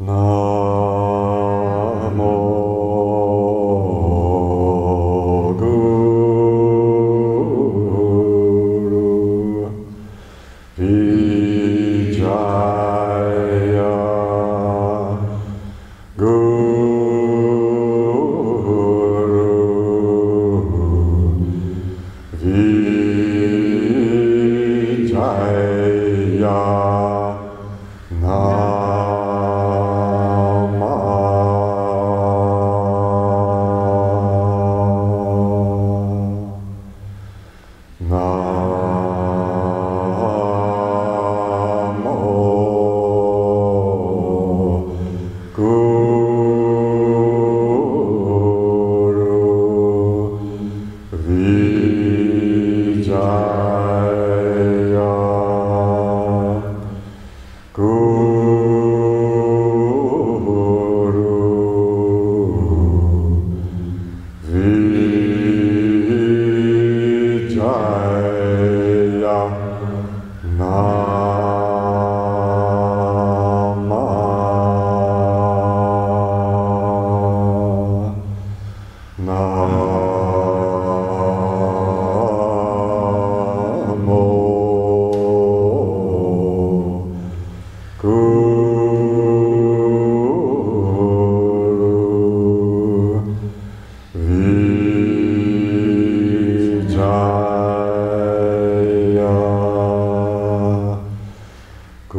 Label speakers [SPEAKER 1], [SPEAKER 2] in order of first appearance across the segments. [SPEAKER 1] ナモグルヴィジャヤグルヴィジャヤナマナモグルヴィジャヤグールヴィジャヤナマナモグールヴィジャヤグ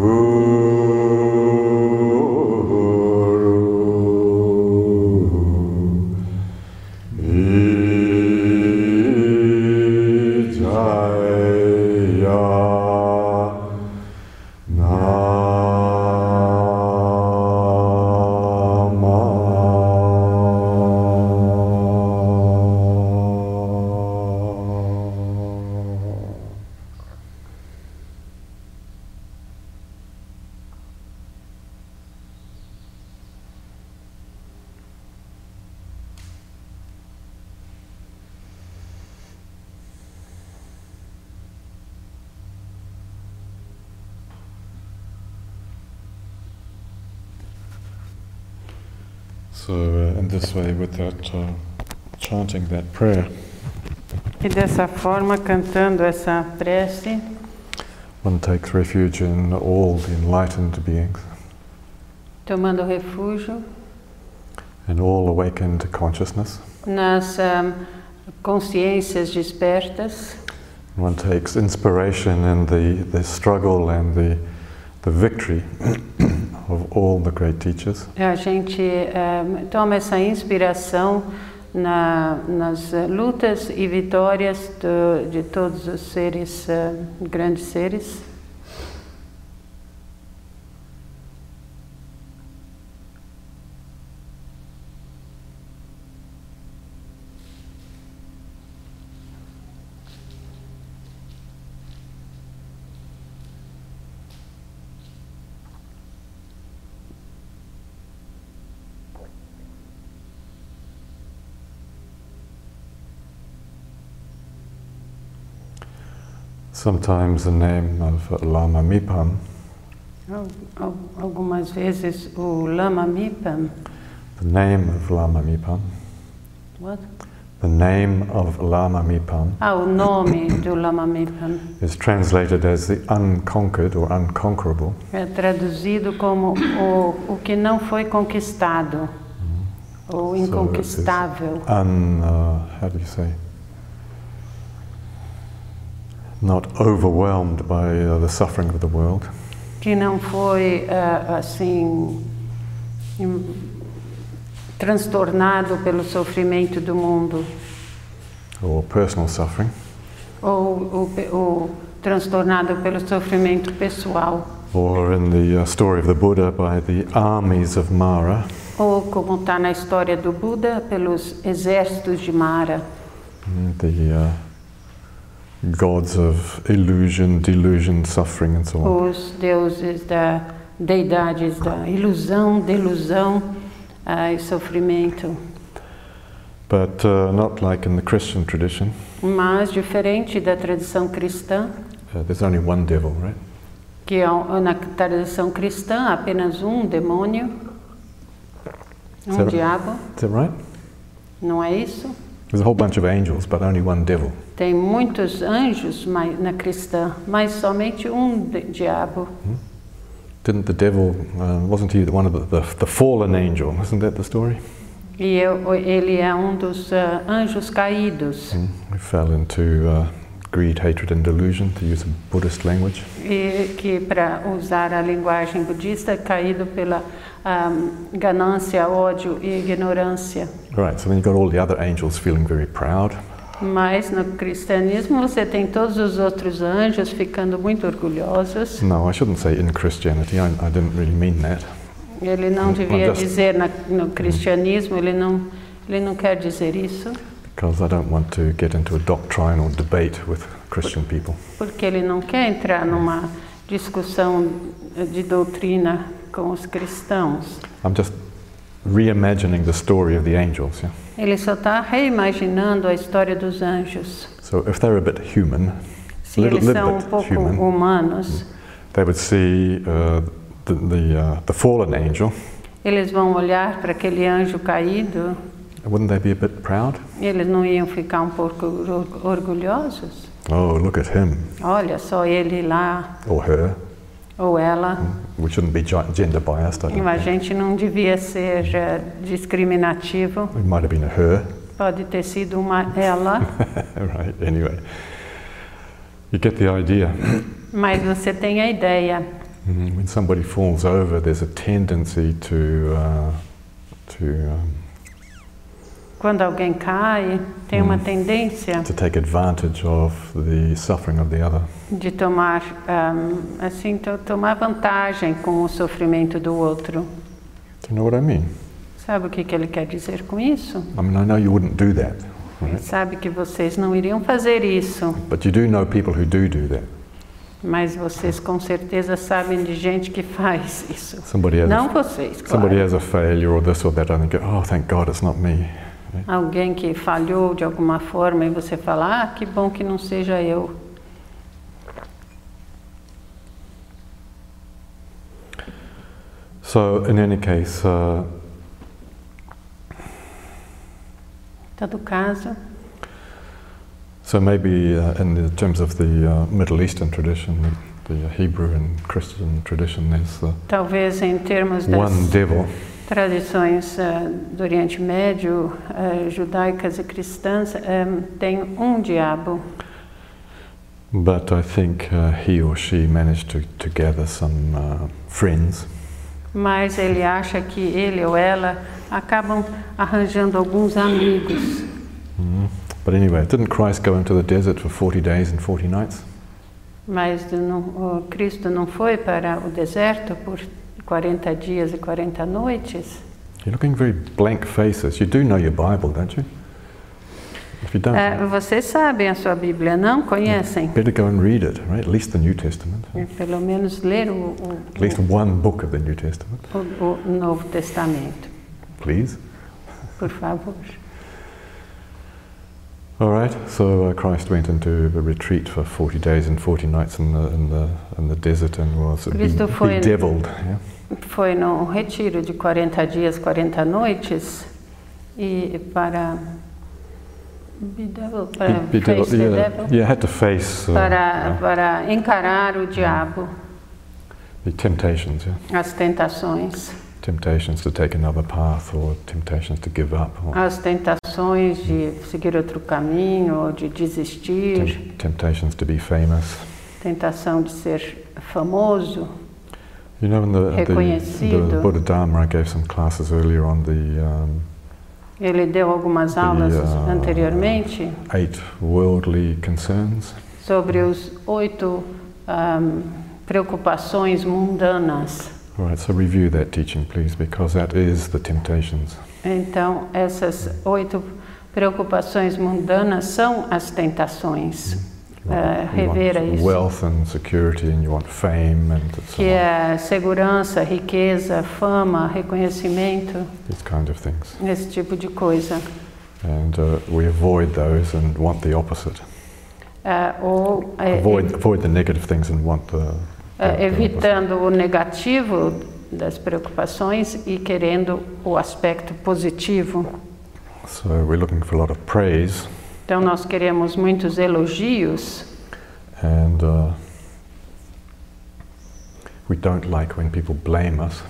[SPEAKER 1] ールヴィジャヤナマ
[SPEAKER 2] So, uh, in this way, without uh, chanting that prayer,
[SPEAKER 3] E dessa forma, cantando essa prece,
[SPEAKER 2] one takes refuge in all the enlightened beings
[SPEAKER 3] tomando refúgio
[SPEAKER 2] and all awakened consciousness.
[SPEAKER 3] nas ah, consciências despertas,
[SPEAKER 2] One takes inspiration in the, the struggle and the, the victory of all the great teachers.
[SPEAKER 3] a gente ah, toma essa inspiração na- nas ah, lutas e vitórias do- de todos os seres, ah, grandes seres.
[SPEAKER 2] Sometimes the name of Lama Mipan,
[SPEAKER 3] Al- al- Algumas vezes o Lama Mipa,
[SPEAKER 2] the name of Lama Mipan,
[SPEAKER 3] What?
[SPEAKER 2] the name of Lama Mipan
[SPEAKER 3] Ah, o nome do Lama Mipa
[SPEAKER 2] is translated as the unconquered or unconquerable.
[SPEAKER 3] é traduzido como o, o que não foi conquistado, ou
[SPEAKER 2] So it is-
[SPEAKER 3] inconquistável.
[SPEAKER 2] un uh, how do you say not overwhelmed by uh, the suffering of the world
[SPEAKER 3] que não foi ah, assim em- transtornado pelo sofrimento do mundo
[SPEAKER 2] or personal suffering
[SPEAKER 3] ou, o pe- ou transtornado pelo sofrimento pessoal
[SPEAKER 2] or in the uh, story of the buddha by the armies of mara
[SPEAKER 3] ou como está na história do Buda pelos exércitos de Mara
[SPEAKER 2] mm, the uh, gods of illusion delusion suffering and so on
[SPEAKER 3] os deuses da deidades da ilusão delusão ah, e sofrimento
[SPEAKER 2] but uh, not like in the christian tradition
[SPEAKER 3] mas diferente da tradição cristã
[SPEAKER 2] uh, there's only one devil right
[SPEAKER 3] que é, na tradição cristã apenas um demônio Um
[SPEAKER 2] Será?
[SPEAKER 3] diabo,
[SPEAKER 2] Is that right?
[SPEAKER 3] não é isso?
[SPEAKER 2] There's a whole bunch of angels, but only one devil.
[SPEAKER 3] Tem muitos anjos mas- na cristã, mas somente um de- diabo.
[SPEAKER 2] Didn't the devil, um, wasn't he one of the, the, the fallen angel? Isn't that the story?
[SPEAKER 3] E eu- ele é um dos ah, anjos caídos.
[SPEAKER 2] We fell into uh, greed, hatred, and delusion, to use a Buddhist language.
[SPEAKER 3] E que, para usar a linguagem budista, é caído pela ah, ganância, ódio e ignorância.
[SPEAKER 2] Right, so then you've got all the other angels feeling very proud,
[SPEAKER 3] Mas no cristianismo você tem todos os outros anjos ficando muito orgulhosos.
[SPEAKER 2] No, I shouldn't say in Christianity. I, I didn't really mean that.
[SPEAKER 3] Ele não
[SPEAKER 2] Hum,
[SPEAKER 3] devia
[SPEAKER 2] mas das-
[SPEAKER 3] dizer na, no cristianismo, ele não, ele não quer dizer isso,
[SPEAKER 2] Because I don't want to get into a doctrinal debate with Christian people.
[SPEAKER 3] porque ele não quer entrar numa discussão de doutrina com os cristãos.
[SPEAKER 2] I'm just reimagining the story of the angels. Yeah?
[SPEAKER 3] Ele só está reimaginando a história dos anjos.
[SPEAKER 2] So if they're a bit human,
[SPEAKER 3] Se
[SPEAKER 2] Little- Hum.
[SPEAKER 3] eles
[SPEAKER 2] little
[SPEAKER 3] são um
[SPEAKER 2] bit
[SPEAKER 3] pouco
[SPEAKER 2] human.
[SPEAKER 3] humanos,
[SPEAKER 2] they would see uh, the, the, uh, the fallen angel.
[SPEAKER 3] eles vão olhar para aquele anjo caído,
[SPEAKER 2] Wouldn't they be a bit proud?
[SPEAKER 3] eles não iam ficar um pouco orgu- orgulhosos?
[SPEAKER 2] Oh, look at him
[SPEAKER 3] Olha só ele lá
[SPEAKER 2] or her.
[SPEAKER 3] ou ela. Então,
[SPEAKER 2] We shouldn't be gi- gender biased. I don't
[SPEAKER 3] A
[SPEAKER 2] think.
[SPEAKER 3] gente não devia ser eh, discriminativo.
[SPEAKER 2] It might have been a her.
[SPEAKER 3] Pode ter sido uma ela,
[SPEAKER 2] right, anyway. You get the idea.
[SPEAKER 3] mas você tem a ideia.
[SPEAKER 2] Mhm. When somebody falls over, there's a tendency to uh, to um,
[SPEAKER 3] Quando alguém cai, tem uma
[SPEAKER 2] Hum.
[SPEAKER 3] tendência
[SPEAKER 2] to take advantage of the suffering of the other.
[SPEAKER 3] de tomar ahm, assim to- tomar vantagem com o sofrimento do outro.
[SPEAKER 2] Do you know what I mean?
[SPEAKER 3] Sabe o que, que ele quer dizer com isso?
[SPEAKER 2] I mean, I know you wouldn't do that,
[SPEAKER 3] Ele
[SPEAKER 2] right?
[SPEAKER 3] sabe que vocês não iriam fazer isso,
[SPEAKER 2] But you do know people who do do that.
[SPEAKER 3] mas vocês com certeza sabem de gente que faz isso.
[SPEAKER 2] Somebody has
[SPEAKER 3] Não vocês,
[SPEAKER 2] somebody
[SPEAKER 3] claro.
[SPEAKER 2] has a failure or this or that, and they go, "Oh, thank God, it's not me."
[SPEAKER 3] Alguém que falhou de alguma forma e você fala, ah, que bom que não seja eu.
[SPEAKER 2] So, in any case, uh,
[SPEAKER 3] Todo caso,
[SPEAKER 2] so maybe uh, in the terms of the uh, Middle Eastern tradition, the, the Hebrew and Christian tradition, there's uh,
[SPEAKER 3] talvez em termos das
[SPEAKER 2] one devil.
[SPEAKER 3] tradições eh, do Oriente Médio, eh, judaicas e cristãs, eh, tem um diabo.
[SPEAKER 2] But I think uh, he or she managed to, to gather some uh, friends
[SPEAKER 3] Mas ele acha que ele ou ela acabam arranjando alguns amigos.
[SPEAKER 2] But anyway, didn't Christ go into the desert for 40 days and 40 nights?
[SPEAKER 3] Mas não, o Cristo não foi para o deserto por 40 dias e 40 noites?
[SPEAKER 2] You're looking very blank faces. You do know your Bible, don't you? If you don't,
[SPEAKER 3] Eh, vocês sabem a sua Bíblia, não conhecem? É,
[SPEAKER 2] better go and read it, right? At least the New Testament.
[SPEAKER 3] Pelo menos ler o,
[SPEAKER 2] At least
[SPEAKER 3] o,
[SPEAKER 2] one book of the New Testament,
[SPEAKER 3] o- o Novo Testamento,
[SPEAKER 2] please.
[SPEAKER 3] por favor.
[SPEAKER 2] All right, so uh, Christ went into a retreat for 40 days and 40 nights in the, in the, in the desert and was be-
[SPEAKER 3] Cristo foi-
[SPEAKER 2] bedeviled. Yeah?
[SPEAKER 3] Foi num retiro de 40 dias, 40 noites, e para. Bedevil, para
[SPEAKER 2] Be- bedeviled,
[SPEAKER 3] face the
[SPEAKER 2] yeah,
[SPEAKER 3] devil,
[SPEAKER 2] yeah, had to face uh,
[SPEAKER 3] para,
[SPEAKER 2] yeah,
[SPEAKER 3] para encarar o diabo,
[SPEAKER 2] the temptations, yeah?
[SPEAKER 3] as tentações,
[SPEAKER 2] temptations to take another path or temptations to give up or
[SPEAKER 3] as tentações de seguir outro caminho, ou de desistir,
[SPEAKER 2] Tem- temptations to be famous.
[SPEAKER 3] tentação de ser famoso.
[SPEAKER 2] You know, in the, the, the
[SPEAKER 3] Reconhecido.
[SPEAKER 2] Buddha Dharma, I gave some classes earlier on the um,
[SPEAKER 3] Ele deu algumas aulas
[SPEAKER 2] ah,
[SPEAKER 3] anteriormente
[SPEAKER 2] eight worldly concerns.
[SPEAKER 3] sobre os oito ahm, preocupações mundanas.
[SPEAKER 2] All right, so review that teaching, please, because that is the temptations.
[SPEAKER 3] Então, essas oito preocupações mundanas são as tentações,
[SPEAKER 2] You want-
[SPEAKER 3] Eh,
[SPEAKER 2] you want
[SPEAKER 3] rever isso.
[SPEAKER 2] wealth and security, and you want fame and so
[SPEAKER 3] que é segurança, riqueza, fama, reconhecimento,
[SPEAKER 2] on, these kind of things.
[SPEAKER 3] esse tipo de coisa.
[SPEAKER 2] And uh, we avoid those and want the opposite.
[SPEAKER 3] Ah, ou eh,
[SPEAKER 2] Avoid, avoid the negative things and want the.
[SPEAKER 3] eh, evitando o É, negativo, das preocupações e querendo o aspecto positivo.
[SPEAKER 2] So we're looking for a lot of praise,
[SPEAKER 3] Então nós queremos muitos elogios
[SPEAKER 2] and uh, we don't like when people blame us.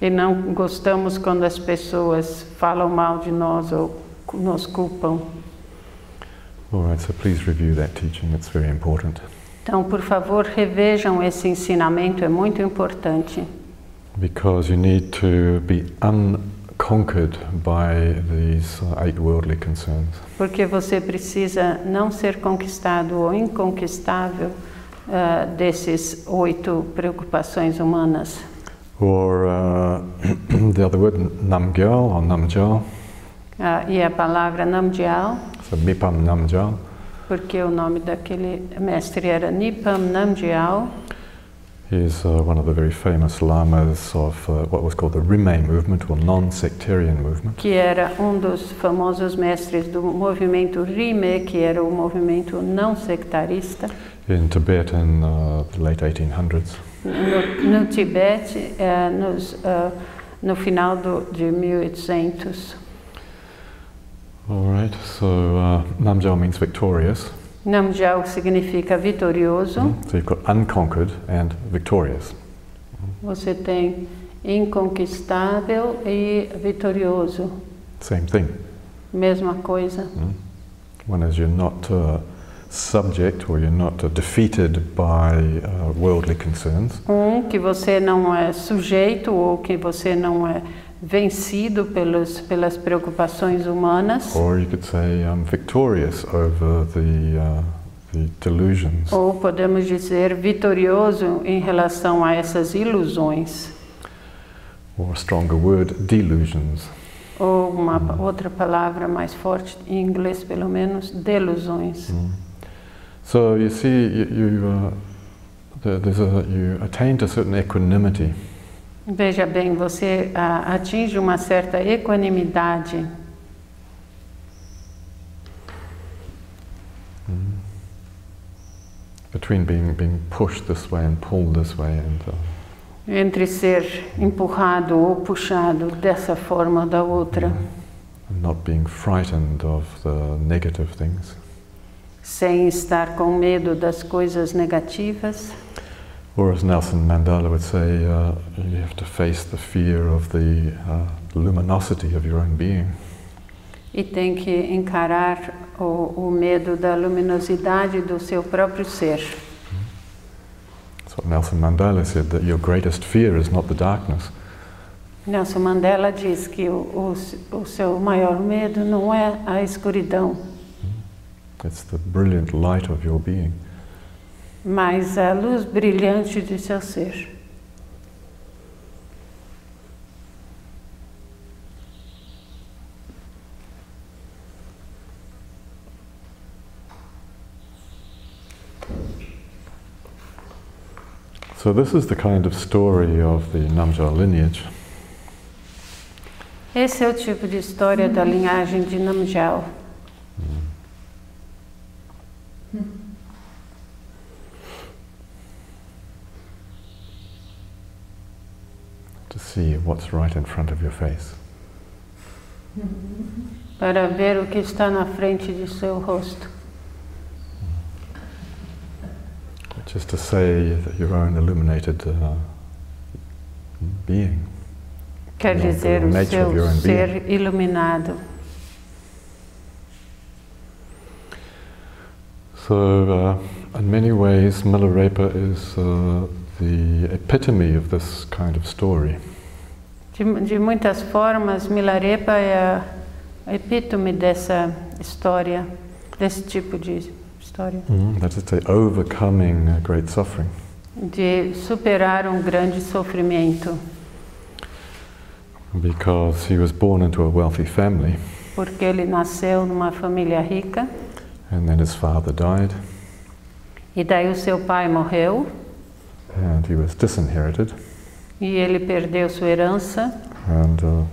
[SPEAKER 3] e não gostamos quando as pessoas falam mal de nós ou cu- nos culpam.
[SPEAKER 2] All right, so please review that teaching, it's very important.
[SPEAKER 3] Então, por favor, revejam esse ensinamento, é muito importante.
[SPEAKER 2] Because you need to be unconquered by these uh, eight worldly concerns.
[SPEAKER 3] Porque você precisa não ser conquistado ou inconquistável ah, desses oito preocupações humanas.
[SPEAKER 2] Or uh, the other word, namgyal or namjal,
[SPEAKER 3] Ah, e a palavra Namdial,
[SPEAKER 2] so mipam namjal.
[SPEAKER 3] porque o nome daquele mestre era Nipam Namdial,
[SPEAKER 2] He's uh, one of the very famous lamas of uh, what was called the Rinzai movement or non-sectarian movement.
[SPEAKER 3] que era um dos famosos mestres do movimento Rime, que era o movimento não sectarista.
[SPEAKER 2] in Tibet in uh, the late 1800s.
[SPEAKER 3] No, no Tibete, eh, nos, ah, no final do, de 1800.
[SPEAKER 2] All right, so uh, Namjal means victorious. Mm-hmm.
[SPEAKER 3] Namdial significa vitorioso.
[SPEAKER 2] So you've got unconquered and victorious.
[SPEAKER 3] Você tem inconquistável e vitorioso,
[SPEAKER 2] Same thing.
[SPEAKER 3] mesma coisa.
[SPEAKER 2] mm. One is you're not uh, subject or you're not uh, defeated by uh, worldly concerns.
[SPEAKER 3] Um que você não é sujeito ou que você não é vencido pelos, pelas preocupações humanas,
[SPEAKER 2] Or you could say um, victorious over the, uh, the delusions.
[SPEAKER 3] ou podemos dizer vitorioso em relação a essas ilusões,
[SPEAKER 2] Or a stronger word, delusions.
[SPEAKER 3] ou uma pa- outra palavra mais forte em inglês, pelo menos, delusões.
[SPEAKER 2] Mm. So you see, you, you, uh, there- there's a, you attain to certain equanimity.
[SPEAKER 3] Veja bem, você ah, atinge uma certa equanimidade
[SPEAKER 2] between being being pushed this way and pulled this way and uh,
[SPEAKER 3] entre ser empurrado ou puxado dessa forma ou da outra,
[SPEAKER 2] and not being frightened of the negative things.
[SPEAKER 3] sem estar com medo das coisas negativas,
[SPEAKER 2] Or as Nelson Mandela would say, uh, you have to face the fear of the uh, luminosity of your own being.
[SPEAKER 3] e tem que encarar o, o medo da luminosidade do seu próprio ser.
[SPEAKER 2] That's what Nelson Mandela said that your greatest fear is not the darkness.
[SPEAKER 3] Nelson Mandela diz que o, o, o seu maior medo não é a escuridão,
[SPEAKER 2] It's the brilliant light of your being.
[SPEAKER 3] mas a luz brilhante de seu ser.
[SPEAKER 2] So this is the kind of story of the Namjal lineage.
[SPEAKER 3] Esse é o tipo de história da linhagem de Namjal.
[SPEAKER 2] To see what's right in front of your face.
[SPEAKER 3] para ver o que está na frente de seu rosto.
[SPEAKER 2] Which is to say that your own illuminated uh, being.
[SPEAKER 3] Quer
[SPEAKER 2] Não,
[SPEAKER 3] dizer,
[SPEAKER 2] pelo
[SPEAKER 3] o
[SPEAKER 2] nature of your
[SPEAKER 3] seu
[SPEAKER 2] own
[SPEAKER 3] ser iluminado.
[SPEAKER 2] So, uh, in many ways, Milarepa is uh, the epitome of this kind of story.
[SPEAKER 3] De, de muitas formas, Milarepa é a epítome dessa história, desse tipo de história,
[SPEAKER 2] That is to say, overcoming uh, great suffering.
[SPEAKER 3] de superar um grande sofrimento,
[SPEAKER 2] Because he was born into a wealthy family,
[SPEAKER 3] porque ele nasceu numa família rica
[SPEAKER 2] and then his father died,
[SPEAKER 3] e daí o seu pai morreu
[SPEAKER 2] and he was disinherited,
[SPEAKER 3] e ele perdeu sua herança
[SPEAKER 2] and uh,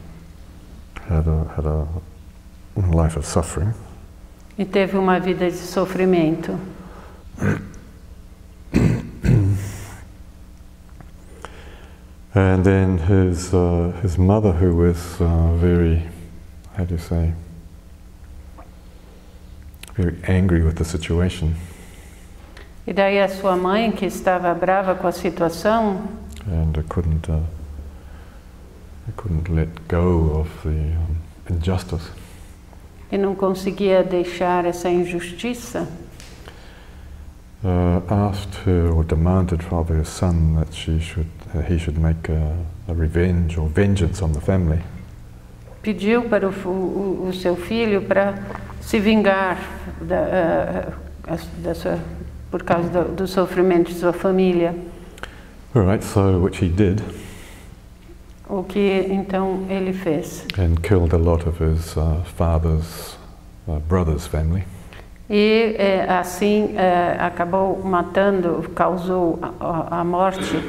[SPEAKER 2] had, a, had a life of suffering.
[SPEAKER 3] e teve uma vida de sofrimento.
[SPEAKER 2] And then his, uh, his mother, who was uh, very, how do you say, very angry with the situation,
[SPEAKER 3] E daí a sua mãe, que estava brava com a situação,
[SPEAKER 2] and I couldn't, uh, I couldn't let go of the um, injustice.
[SPEAKER 3] e não conseguia deixar essa injustiça,
[SPEAKER 2] Uh, asked her or demanded from her son that she should, uh, he should make a, a revenge or vengeance on the family.
[SPEAKER 3] pediu para o, fu- o, o seu filho para se vingar da, eh, as- da sua, por causa do, do sofrimento de sua família.
[SPEAKER 2] All right, so which he did,
[SPEAKER 3] O que então ele fez?
[SPEAKER 2] and killed a lot of his uh, father's uh, brother's family.
[SPEAKER 3] E eh, assim eh, acabou matando, causou a- a, a morte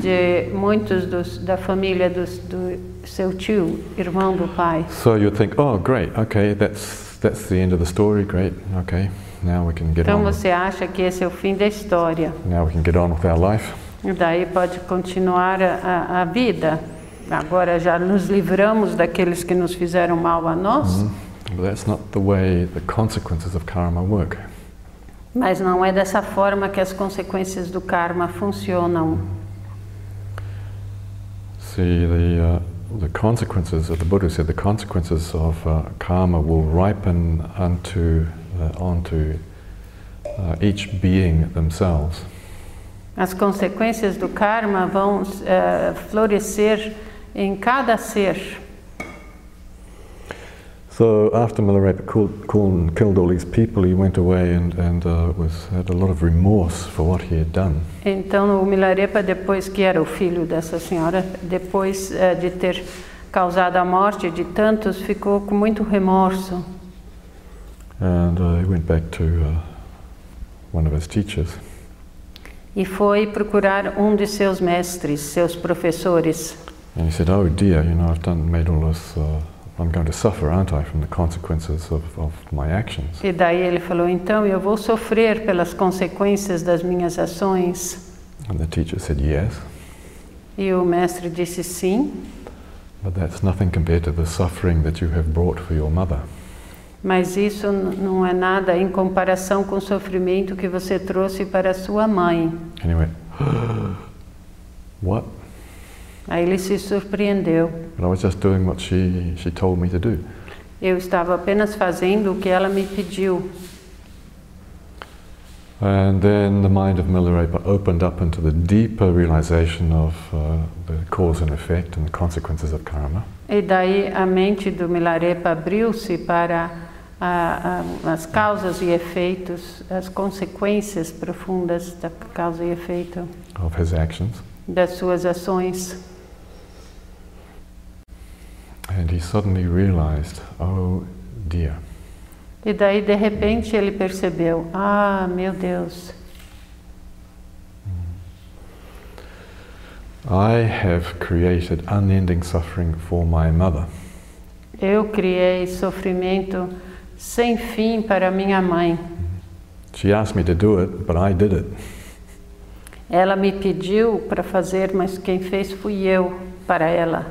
[SPEAKER 3] de muitos dos, da família dos, do seu tio, irmão do pai.
[SPEAKER 2] So you'd think, oh, great, okay, that's that's the end of the story. Great, okay, now we can get
[SPEAKER 3] Então
[SPEAKER 2] on. With,
[SPEAKER 3] você acha que esse é o fim da história?
[SPEAKER 2] now we can get on with our life.
[SPEAKER 3] E daí pode continuar a, a- a vida. Agora já nos livramos daqueles que nos fizeram mal a nós,
[SPEAKER 2] Mhm. But that's not the way the consequences of karma work.
[SPEAKER 3] mas não é dessa forma que as consequências do karma funcionam.
[SPEAKER 2] See, the uh, the consequences of the Buddha said the consequences of uh, karma will ripen unto uh, onto uh, each being themselves.
[SPEAKER 3] As consequências do karma vão eh, florescer em cada ser.
[SPEAKER 2] So after Milarepa Kul- Kuln killed all these people, he went away and, and uh, was, had a lot of remorse for what he had done.
[SPEAKER 3] Então o Milarepa, depois que era o filho dessa senhora, depois eh, de ter causado a morte de tantos, ficou com muito remorso.
[SPEAKER 2] And uh, he went back to uh, one of his teachers.
[SPEAKER 3] E foi procurar um de seus mestres, seus professores.
[SPEAKER 2] And he said, Oh dear, you know, I've done, made all this, uh, I'm going to suffer, aren't I, from the consequences of, of my actions.
[SPEAKER 3] E daí ele falou: Então eu vou sofrer pelas consequências das minhas ações.
[SPEAKER 2] And the teacher said, Yes,
[SPEAKER 3] E o mestre disse sim,
[SPEAKER 2] but that's nothing compared to the suffering that you have brought for your mother.
[SPEAKER 3] mas isso n- não é nada em comparação com o sofrimento que você trouxe para sua mãe.
[SPEAKER 2] And he went, What?
[SPEAKER 3] Aí ele se surpreendeu.
[SPEAKER 2] But I was just doing what she, she told me to do.
[SPEAKER 3] Eu estava apenas fazendo o que ela me pediu.
[SPEAKER 2] And then the mind of Milarepa opened up into the deeper realization of uh, the cause and effect and the consequences of karma.
[SPEAKER 3] E daí a mente do Milarepa abriu-se para a, a, as causas e efeitos, as consequências profundas da causa e efeito
[SPEAKER 2] of his actions,
[SPEAKER 3] das suas ações.
[SPEAKER 2] and he suddenly realized, oh dear,
[SPEAKER 3] E daí de repente ele percebeu: ah, meu Deus,
[SPEAKER 2] I have created unending suffering for my mother.
[SPEAKER 3] eu criei sofrimento sem fim para minha mãe.
[SPEAKER 2] She asked me to do it, but I did it.
[SPEAKER 3] Ela me pediu para fazer, mas quem fez fui eu para ela.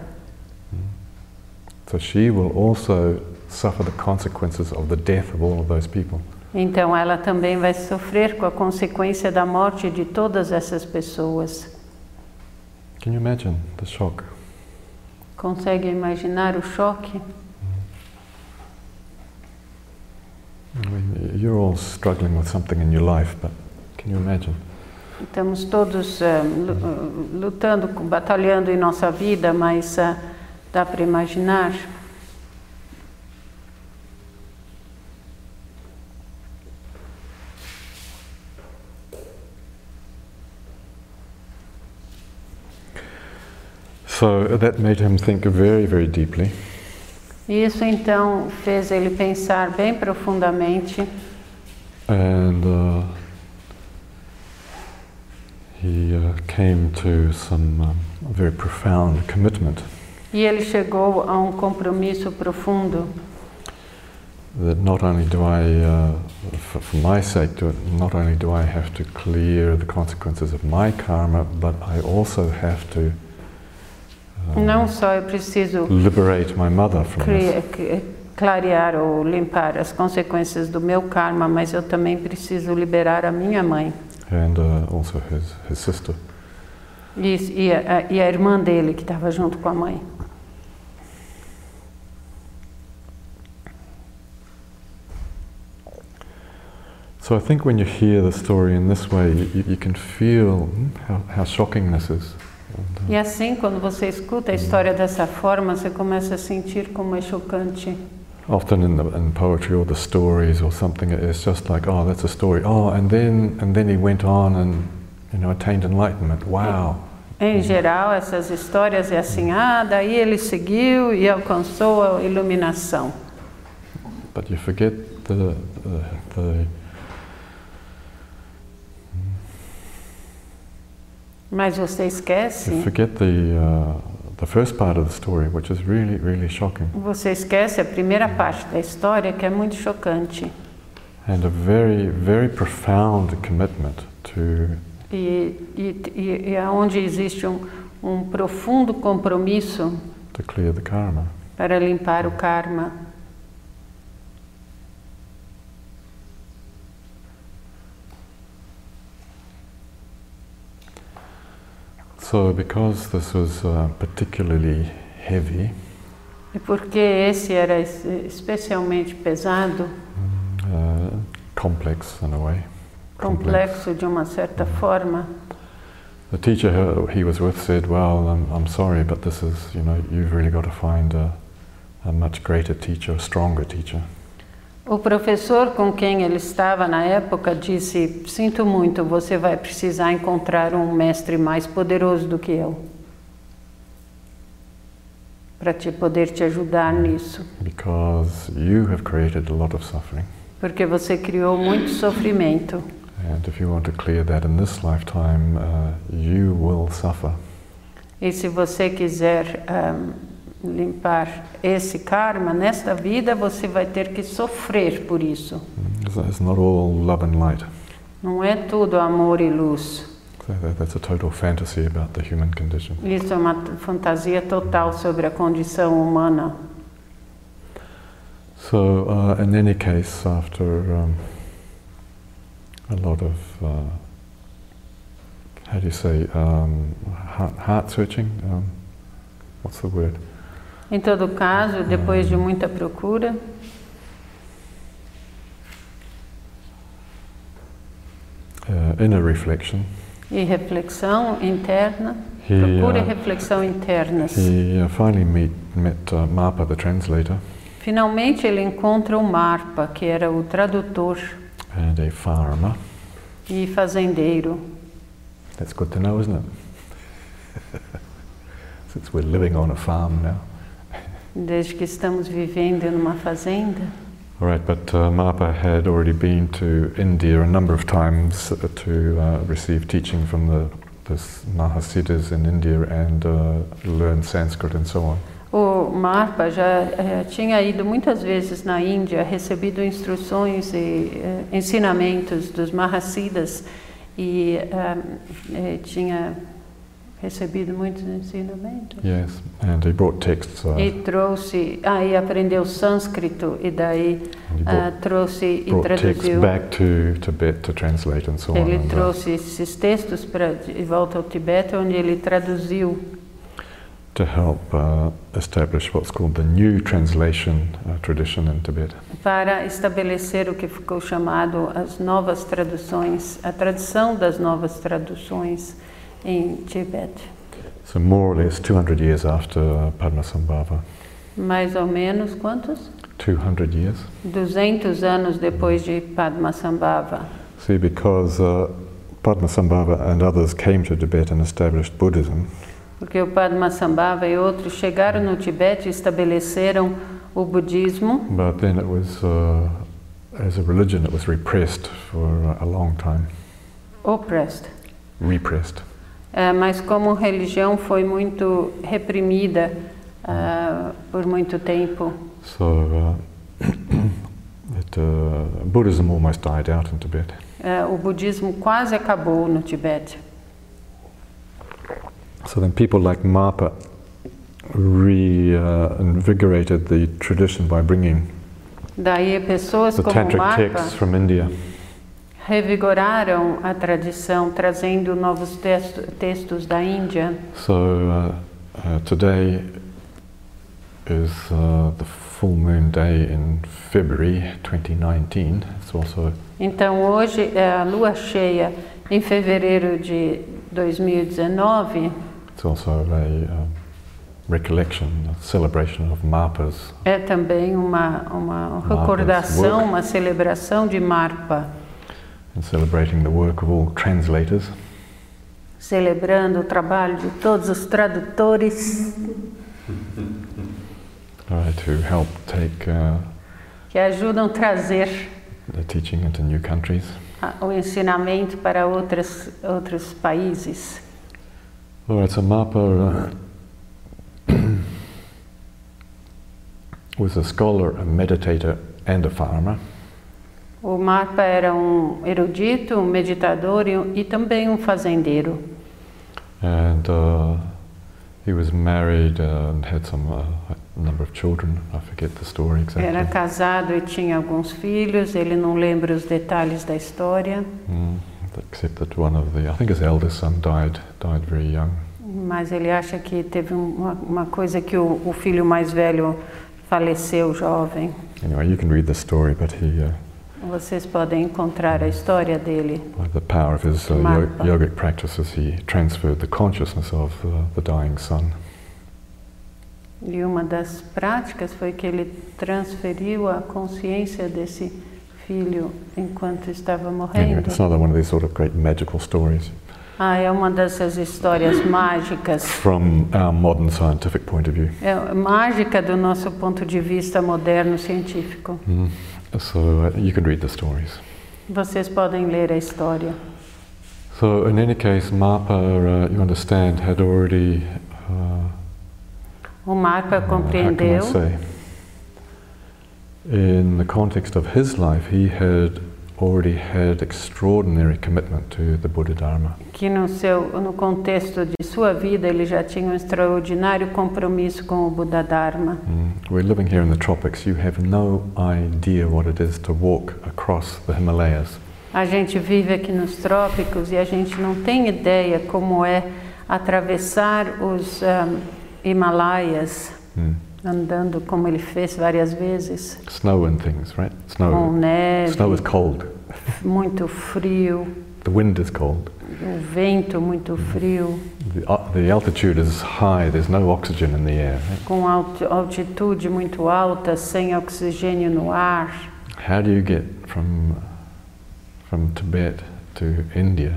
[SPEAKER 2] So she will also suffer the consequences of the death of all of those people.
[SPEAKER 3] Então ela também vai sofrer com a consequência da morte de todas essas pessoas.
[SPEAKER 2] Can you imagine the shock?
[SPEAKER 3] Consegue imaginar o choque?
[SPEAKER 2] I mean, you're all struggling with something in your life, but can you imagine?
[SPEAKER 3] Estamos todos eh, lu- lutando, com- batalhando em nossa vida, mas eh, dá para imaginar.
[SPEAKER 2] So uh, that made him think very, very deeply.
[SPEAKER 3] E Isso então fez ele pensar bem profundamente
[SPEAKER 2] And uh, he uh, came to some um, very profound commitment
[SPEAKER 3] e ele chegou a um compromisso profundo.
[SPEAKER 2] that not only do I, uh, for, for my sake, do it, not only do I have to clear the consequences of my karma, but I also have to
[SPEAKER 3] Não só eu preciso
[SPEAKER 2] liberate my mother from this.
[SPEAKER 3] cri- cri- clarear ou limpar as consequências do meu karma, mas eu também preciso liberar a minha mãe
[SPEAKER 2] and uh, also his, his sister.
[SPEAKER 3] e, e a, e a irmã dele que estava junto com a mãe.
[SPEAKER 2] So I think when you hear the story in this way, you, you can feel mm, how, how shocking this is. And, uh,
[SPEAKER 3] E assim, quando você escuta a história dessa forma, você começa a sentir como é chocante.
[SPEAKER 2] Often in, the, in poetry or the stories or something, it's just like, oh, that's a story. Oh, and then and then he went on and you know attained enlightenment. Wow.
[SPEAKER 3] Em geral, essas histórias é assim: ah, daí ele seguiu e alcançou a iluminação.
[SPEAKER 2] But you forget the the, the
[SPEAKER 3] Mas você esquece,
[SPEAKER 2] you forget the uh, the first part of the story, which is really really shocking
[SPEAKER 3] você esquece a primeira parte da história que é muito chocante.
[SPEAKER 2] and a very very profound commitment to
[SPEAKER 3] E, e, e, e é onde existe um, um profundo compromisso
[SPEAKER 2] to clear the karma.
[SPEAKER 3] para limpar o karma.
[SPEAKER 2] So because this was uh, particularly heavy,
[SPEAKER 3] E porque esse era es- especialmente pesado,
[SPEAKER 2] uh, complex in a way.
[SPEAKER 3] complexo de uma certa forma,
[SPEAKER 2] The teacher who he was with said, "Well, I'm, I'm sorry, but this is you know you've really got to find a, a much greater teacher, a stronger teacher."
[SPEAKER 3] o professor com quem ele estava na época disse: Sinto muito, você vai precisar encontrar um mestre mais poderoso do que eu para te poder te ajudar nisso,
[SPEAKER 2] Because you have created a lot of suffering,
[SPEAKER 3] porque você criou muito sofrimento.
[SPEAKER 2] and if you want to clear that in this lifetime, uh, you will suffer.
[SPEAKER 3] E se você quiser ahm, limpar esse karma, nesta vida você vai ter que sofrer por isso.
[SPEAKER 2] It's, it's not all love and light.
[SPEAKER 3] Não é tudo amor e luz.
[SPEAKER 2] So that, that's a total fantasy about the human condition.
[SPEAKER 3] Isso é uma t- fantasia total sobre a condição humana.
[SPEAKER 2] So, uh, in any case, after um, a lot of, uh, how do you say, um, heart, heart searching? Um, what's the word?
[SPEAKER 3] Em todo caso, depois de muita procura,
[SPEAKER 2] Uh, inner reflection.
[SPEAKER 3] e reflexão interna,
[SPEAKER 2] He,
[SPEAKER 3] procura e
[SPEAKER 2] uh,
[SPEAKER 3] reflexão internas.
[SPEAKER 2] he uh, finally meet, met uh, Mapa, the translator,
[SPEAKER 3] Finalmente ele encontra o Marpa, que era o tradutor
[SPEAKER 2] and a farmer.
[SPEAKER 3] e fazendeiro.
[SPEAKER 2] That's good to know, isn't it? Since we're living on a farm now.
[SPEAKER 3] Desde que estamos vivendo numa fazenda,
[SPEAKER 2] All right, but uh, Mapa had already been to India a number of times uh, to uh, receive teaching from the, the s- Mahasiddhas in India and uh, learn Sanskrit and so on.
[SPEAKER 3] O Marpa já eh, tinha ido muitas vezes na Índia, recebido instruções e eh, ensinamentos dos Mahasiddhas e ah, eh, tinha recebido muitos ensinamentos.
[SPEAKER 2] Yes, and he brought texts. Uh,
[SPEAKER 3] E trouxe, aí aprendeu sânscrito e daí
[SPEAKER 2] and he
[SPEAKER 3] ah,
[SPEAKER 2] brought,
[SPEAKER 3] trouxe e
[SPEAKER 2] brought texts
[SPEAKER 3] traduziu.
[SPEAKER 2] back to Tibet to translate and so on.
[SPEAKER 3] Ele
[SPEAKER 2] and, uh,
[SPEAKER 3] trouxe esses textos para de volta ao Tibete, onde ele traduziu
[SPEAKER 2] to help uh, establish what's called the new translation uh, tradition in Tibet.
[SPEAKER 3] para estabelecer o que ficou chamado as novas traduções, a tradição das novas traduções em Tibete.
[SPEAKER 2] So more or less 200 years after uh, Padmasambhava.
[SPEAKER 3] Mais ou menos quantos?
[SPEAKER 2] 200 years.
[SPEAKER 3] 200 anos depois de Padmasambhava.
[SPEAKER 2] See, because uh, Padmasambhava and others came to Tibet and established Buddhism,
[SPEAKER 3] Porque o Padmasambhava e outros chegaram no Tibete e estabeleceram o budismo,
[SPEAKER 2] but then it was, uh, as a religion, it was repressed for a long time.
[SPEAKER 3] opressed.
[SPEAKER 2] Repressed.
[SPEAKER 3] É, mas como religião foi muito reprimida ah, por muito tempo.
[SPEAKER 2] So uh, it, uh, Buddhism almost died out in Tibet.
[SPEAKER 3] É, o budismo quase acabou no Tibete.
[SPEAKER 2] So then people like Mapa reinvigorated the tradition by bringing
[SPEAKER 3] Daí pessoas
[SPEAKER 2] the
[SPEAKER 3] como
[SPEAKER 2] tantric texts
[SPEAKER 3] Marpa
[SPEAKER 2] from India.
[SPEAKER 3] revigoraram a tradição trazendo novos texto- textos da Índia.
[SPEAKER 2] So uh, uh, today is uh, the full moon day in February 2019. It's also
[SPEAKER 3] Então hoje é a lua cheia em fevereiro de 2019.
[SPEAKER 2] it's also a um, recollection, a celebration of Marpa's
[SPEAKER 3] É também uma, uma
[SPEAKER 2] Marpa's
[SPEAKER 3] recordação,
[SPEAKER 2] work.
[SPEAKER 3] uma celebração de Marpa,
[SPEAKER 2] and celebrating the work of all translators.
[SPEAKER 3] celebrando o trabalho de todos os tradutores
[SPEAKER 2] Right, who help take uh,
[SPEAKER 3] que ajudam a trazer
[SPEAKER 2] the teaching into new countries.
[SPEAKER 3] a- o ensinamento para outras, outros países.
[SPEAKER 2] All right, so Mapa uh, was a scholar, a meditator, and a farmer.
[SPEAKER 3] O Marpa era um erudito, um meditador e, um- e também um fazendeiro.
[SPEAKER 2] And uh, he was married uh, and had some uh, a number of children. I forget the story
[SPEAKER 3] Era
[SPEAKER 2] exactly.
[SPEAKER 3] casado e tinha alguns filhos, ele não lembra os detalhes da história,
[SPEAKER 2] Mm, except that one of the, I think his eldest son died, died very young.
[SPEAKER 3] mas ele acha que teve um, uma, uma coisa que o, o filho mais velho faleceu jovem.
[SPEAKER 2] Anyway, you can read the story, but he, uh,
[SPEAKER 3] Vocês podem encontrar a história dele.
[SPEAKER 2] by the power of his uh, yo-
[SPEAKER 3] Martha.
[SPEAKER 2] yogic practices, he transferred the consciousness of uh, the dying son.
[SPEAKER 3] E uma das práticas foi que ele transferiu a consciência desse filho enquanto estava
[SPEAKER 2] Anyway,
[SPEAKER 3] morrendo.
[SPEAKER 2] it's another one of these sort of great magical stories
[SPEAKER 3] Ah, é uma dessas histórias mágicas.
[SPEAKER 2] from our modern scientific point of view.
[SPEAKER 3] É mágica do nosso ponto de vista moderno científico.
[SPEAKER 2] Mm. So uh, you can read the stories.
[SPEAKER 3] Vocês podem ler a história.
[SPEAKER 2] So, in any case, Mapa, uh, you understand, had already, uh,
[SPEAKER 3] O Marpa
[SPEAKER 2] uh, how can I
[SPEAKER 3] compreendeu
[SPEAKER 2] say, in the context of his life, he had already had extraordinary commitment to the Buddha Dharma.
[SPEAKER 3] que no seu no contexto de sua vida ele já tinha um extraordinário compromisso com o Buda Dharma.
[SPEAKER 2] Mm. We're living here in the tropics. You have no idea what it is to walk across the Himalayas.
[SPEAKER 3] A gente vive aqui nos trópicos e a gente não tem ideia como é atravessar os ahm, Himalaias
[SPEAKER 2] Mm.
[SPEAKER 3] andando como ele fez várias vezes,
[SPEAKER 2] Snow and things, right?
[SPEAKER 3] com
[SPEAKER 2] Snow.
[SPEAKER 3] neve,
[SPEAKER 2] Snow is cold.
[SPEAKER 3] muito frio,
[SPEAKER 2] The wind is cold.
[SPEAKER 3] o vento muito frio,
[SPEAKER 2] The, uh, the altitude is high. There's no oxygen in the air. right?
[SPEAKER 3] com alt- altitude muito alta, sem oxigênio no ar.
[SPEAKER 2] How do you get from from Tibet to India or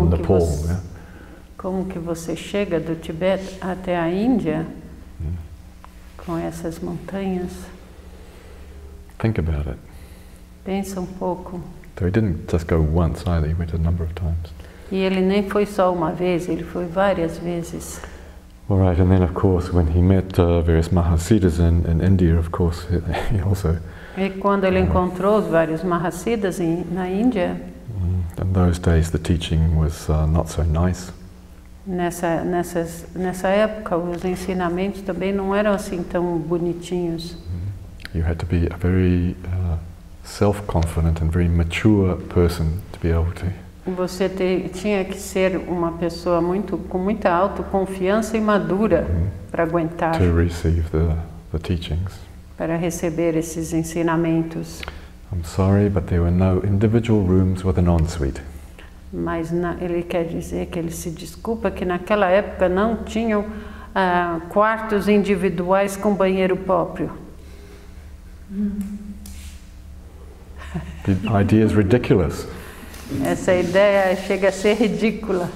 [SPEAKER 3] Como que,
[SPEAKER 2] Nepal?
[SPEAKER 3] você,
[SPEAKER 2] yeah?
[SPEAKER 3] como que você chega do Tibete até a Índia
[SPEAKER 2] Hum.
[SPEAKER 3] com essas montanhas?
[SPEAKER 2] Think about it.
[SPEAKER 3] Pensa um pouco.
[SPEAKER 2] So he didn't just go once either. He went a number of times.
[SPEAKER 3] E ele nem foi só uma vez, ele foi várias vezes.
[SPEAKER 2] All right, and then of course when he met uh, various Mahasiddhas in, in India, of course he, he also
[SPEAKER 3] E quando ele
[SPEAKER 2] Uhum.
[SPEAKER 3] encontrou os vários Mahasiddhas em, na Índia,
[SPEAKER 2] mm, in those days the teaching was uh, not so nice.
[SPEAKER 3] nessa, nessas, nessa época, os ensinamentos também não eram assim tão bonitinhos.
[SPEAKER 2] You had to be a very uh, self-confident and very mature person to be able to
[SPEAKER 3] Você te- tinha que ser uma pessoa muito, com muita autoconfiança e madura
[SPEAKER 2] mm,
[SPEAKER 3] para aguentar.
[SPEAKER 2] to receive the, the teachings.
[SPEAKER 3] para receber esses ensinamentos,
[SPEAKER 2] I'm sorry, but there were no individual rooms with an ensuite.
[SPEAKER 3] mas na- ele quer dizer que ele se desculpa que naquela época não tinham ah, quartos individuais com banheiro próprio.
[SPEAKER 2] The idea is ridiculous.
[SPEAKER 3] Essa ideia chega a ser ridícula.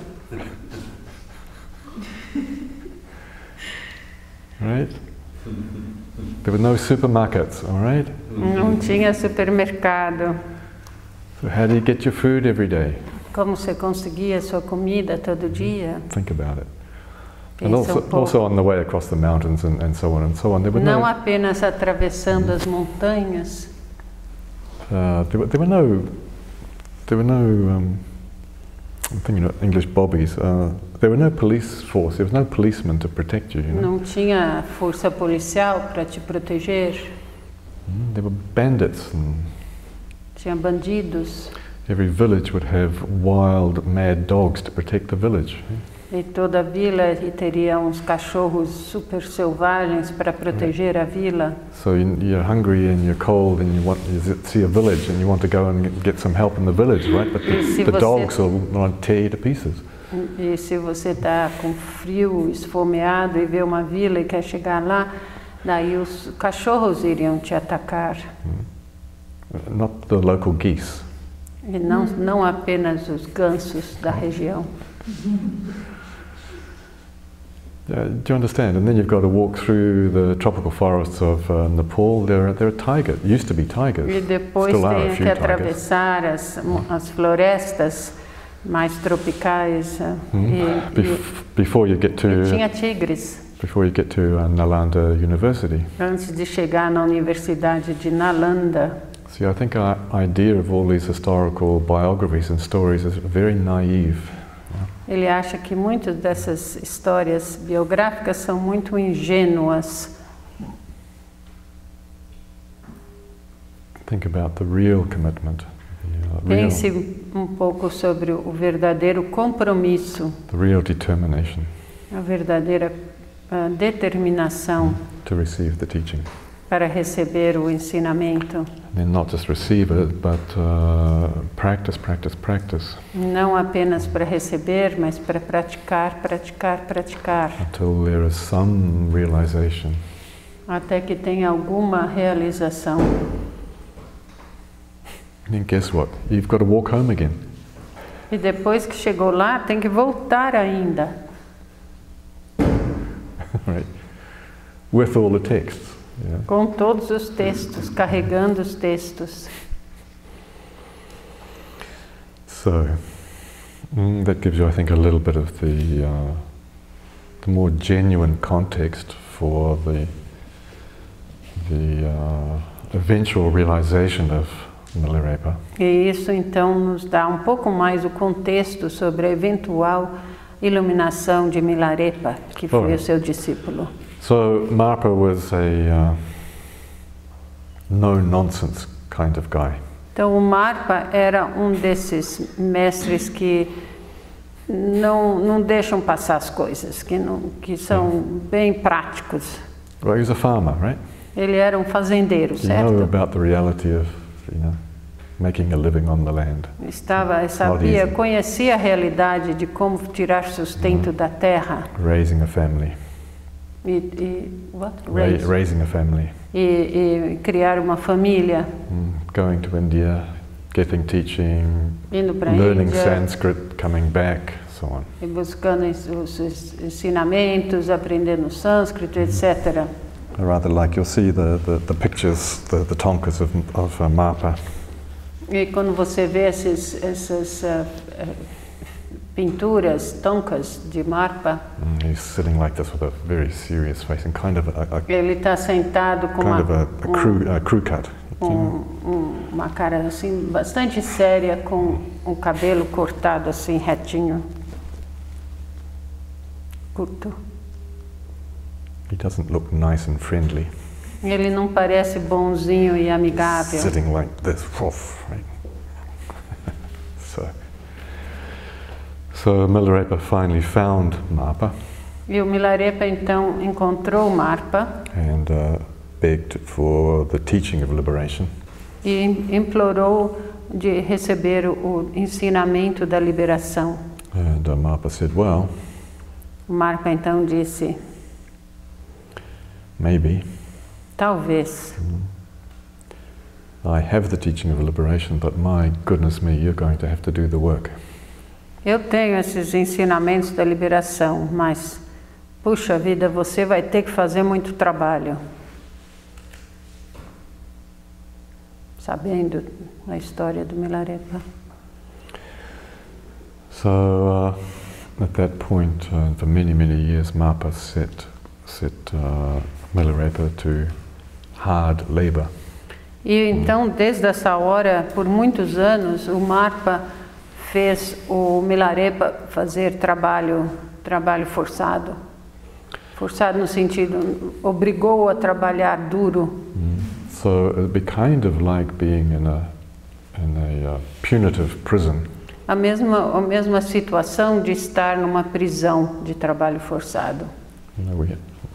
[SPEAKER 2] Right? There were no supermarkets, all right?
[SPEAKER 3] Não tinha supermercado.
[SPEAKER 2] So, how do you get your food every day?
[SPEAKER 3] Como você conseguia sua comida todo dia?
[SPEAKER 2] Think about it. And
[SPEAKER 3] Pensa um
[SPEAKER 2] also,
[SPEAKER 3] pouco.
[SPEAKER 2] also on the way across the mountains and, and so on and so on, there were
[SPEAKER 3] Não
[SPEAKER 2] no,
[SPEAKER 3] apenas atravessando as montanhas,
[SPEAKER 2] uh, there, were, there were no, there were no um, I'm thinking of English bobbies. Uh, there were no police force. There was no policeman to protect you. You know,
[SPEAKER 3] Não tinha força policial para te proteger,
[SPEAKER 2] Mm, there were bandits. And
[SPEAKER 3] tinha bandidos
[SPEAKER 2] every village would have wild, mad dogs to protect the village.
[SPEAKER 3] e toda a vila e teria uns cachorros super selvagens para proteger a vila.
[SPEAKER 2] So you- you're hungry and you're cold and you want you z- see a village and you want to go and get- get some help in the village, right? But
[SPEAKER 3] Mm-hmm. See
[SPEAKER 2] the, the
[SPEAKER 3] what's
[SPEAKER 2] dogs
[SPEAKER 3] it-
[SPEAKER 2] will want to tear you to pieces.
[SPEAKER 3] E se você está com frio, esfomeado e vê uma vila e quer chegar lá, daí os cachorros iriam te atacar.
[SPEAKER 2] Not the local geese.
[SPEAKER 3] E não, não apenas os gansos da região.
[SPEAKER 2] Uh, do you understand? And then you've got to walk through the tropical forests of uh, Nepal. There, are- there are tigers. Used to be
[SPEAKER 3] E
[SPEAKER 2] tigers.
[SPEAKER 3] depois
[SPEAKER 2] Still are a
[SPEAKER 3] tem
[SPEAKER 2] few
[SPEAKER 3] que
[SPEAKER 2] targets.
[SPEAKER 3] atravessar as, as florestas mais tropicais. eh, E, e-
[SPEAKER 2] Bef- before you get
[SPEAKER 3] e
[SPEAKER 2] to
[SPEAKER 3] tinha tigres.
[SPEAKER 2] before you get to uh, Nalanda University.
[SPEAKER 3] Antes de chegar na universidade de Nalanda,
[SPEAKER 2] See, I think our idea of all these historical biographies and stories is very naive.
[SPEAKER 3] ele acha que muitas dessas histórias biográficas são muito ingênuas.
[SPEAKER 2] Think about the real commitment, the, uh, real,
[SPEAKER 3] Pense um pouco sobre o verdadeiro compromisso,
[SPEAKER 2] the real determination
[SPEAKER 3] a verdadeira ah, determinação
[SPEAKER 2] to receive the teaching,
[SPEAKER 3] para receber o ensinamento.
[SPEAKER 2] and then not just receive it, but uh, practice, practice, practice
[SPEAKER 3] Não apenas para receber, mas para praticar, praticar, praticar,
[SPEAKER 2] until there is some realization.
[SPEAKER 3] até que tenha alguma realização.
[SPEAKER 2] And then guess what? You've got to walk home again.
[SPEAKER 3] E depois que chegou lá, tem que voltar ainda,
[SPEAKER 2] right? With all the texts. Yeah.
[SPEAKER 3] com todos os textos, carregando os textos.
[SPEAKER 2] So mm, that gives you, I think, a little bit of the, uh, the more genuine context for the the uh, eventual realization of Milarepa.
[SPEAKER 3] E isso então nos dá um pouco mais o contexto sobre a eventual iluminação de Milarepa, que foi
[SPEAKER 2] Ora.
[SPEAKER 3] o seu discípulo.
[SPEAKER 2] So Marpa was a uh, no-nonsense kind of guy.
[SPEAKER 3] Então o Marpa era um desses mestres que não, não deixam passar as coisas, que, não, que são bem práticos.
[SPEAKER 2] Well, he was a farmer, right?
[SPEAKER 3] Ele era um fazendeiro,
[SPEAKER 2] He knew
[SPEAKER 3] certo?
[SPEAKER 2] about the reality of you know making a living on the land.
[SPEAKER 3] Estava, sabia, conhecia a realidade de como tirar sustento da terra
[SPEAKER 2] Raising a family,
[SPEAKER 3] e, e, what?
[SPEAKER 2] Ra-
[SPEAKER 3] Raise.
[SPEAKER 2] raising a family,
[SPEAKER 3] e, e criar uma família.
[SPEAKER 2] Mm, going to India, getting teaching,
[SPEAKER 3] indo para a
[SPEAKER 2] learning
[SPEAKER 3] Índia
[SPEAKER 2] Sanskrit, coming back, so on.
[SPEAKER 3] e buscando ens- os ens- ensinamentos, aprendendo sânscrito, etc.
[SPEAKER 2] I rather like you'll see the, the, the pictures, the, the tonkas of, of uh, Marpa.
[SPEAKER 3] E quando você vê esses, essas ah, ah, pinturas, toncas de Marpa,
[SPEAKER 2] Mm, he's sitting like this with a very serious face and kind of a,
[SPEAKER 3] ele está sentado
[SPEAKER 2] a
[SPEAKER 3] com
[SPEAKER 2] kind of a,
[SPEAKER 3] uma,
[SPEAKER 2] a crew a crew cut.
[SPEAKER 3] um- um- uma cara assim bastante séria, com o cabelo cortado assim retinho, curto.
[SPEAKER 2] He doesn't look nice and friendly.
[SPEAKER 3] Ele não parece bonzinho e amigável.
[SPEAKER 2] Sitting like this, woof, right? so, so Milarepa finally found Marpa
[SPEAKER 3] E o Milarepa então encontrou Marpa
[SPEAKER 2] and uh, begged for the teaching of liberation.
[SPEAKER 3] e implorou de receber o ensinamento da liberação.
[SPEAKER 2] And uh, Marpa said, Well,
[SPEAKER 3] Marpa então disse:
[SPEAKER 2] maybe.
[SPEAKER 3] Talvez
[SPEAKER 2] I have the teaching of liberation, but my goodness me, you're going to have to do the work.
[SPEAKER 3] eu tenho esses ensinamentos da liberação, mas puxa vida, você vai ter que fazer muito trabalho. Sabendo a história do Milarepa.
[SPEAKER 2] So uh, at that point, uh, for many, many years, Mapa set, set uh, Milarepa to hard labor.
[SPEAKER 3] E então, desde essa hora, por muitos anos, o Marpa fe- fez o Milarepa fazer trabalho, trabalho forçado. Forçado no sentido, obrigou a trabalhar duro.
[SPEAKER 2] Mm. So it'd be kind of like being in a in a uh, punitive prison.
[SPEAKER 3] A mesma, a mesma situação de estar numa prisão de trabalho forçado.
[SPEAKER 2] You know, we,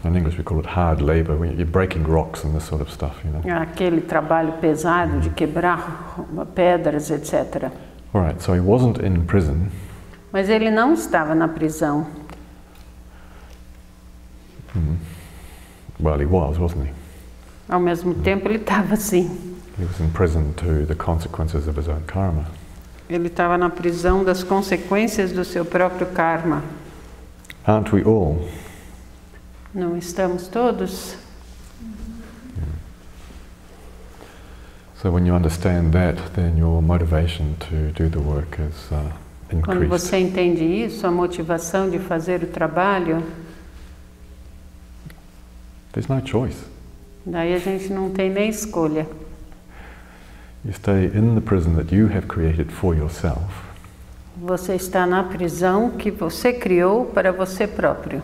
[SPEAKER 2] in English we call it hard labor. When you're breaking rocks and this sort of stuff, you know.
[SPEAKER 3] Aquele trabalho pesado de quebrar pedras, etc.
[SPEAKER 2] All right. So he wasn't in prison,
[SPEAKER 3] Mas ele não estava na prisão.
[SPEAKER 2] Well, he was, wasn't he?
[SPEAKER 3] Ao mesmo tempo, ele estava assim.
[SPEAKER 2] He was in prison to the consequences of his own karma.
[SPEAKER 3] Ele estava na prisão das consequências do seu próprio karma.
[SPEAKER 2] Aren't we all?
[SPEAKER 3] Não estamos todos?
[SPEAKER 2] So when you understand that, then your motivation to do the work is uh,
[SPEAKER 3] Quando
[SPEAKER 2] increased.
[SPEAKER 3] você entende isso, a motivação de fazer o trabalho,
[SPEAKER 2] There's no choice.
[SPEAKER 3] daí a gente não tem nem escolha.
[SPEAKER 2] You stay in the prison that you have created for yourself,
[SPEAKER 3] Você está na prisão que você criou para você próprio,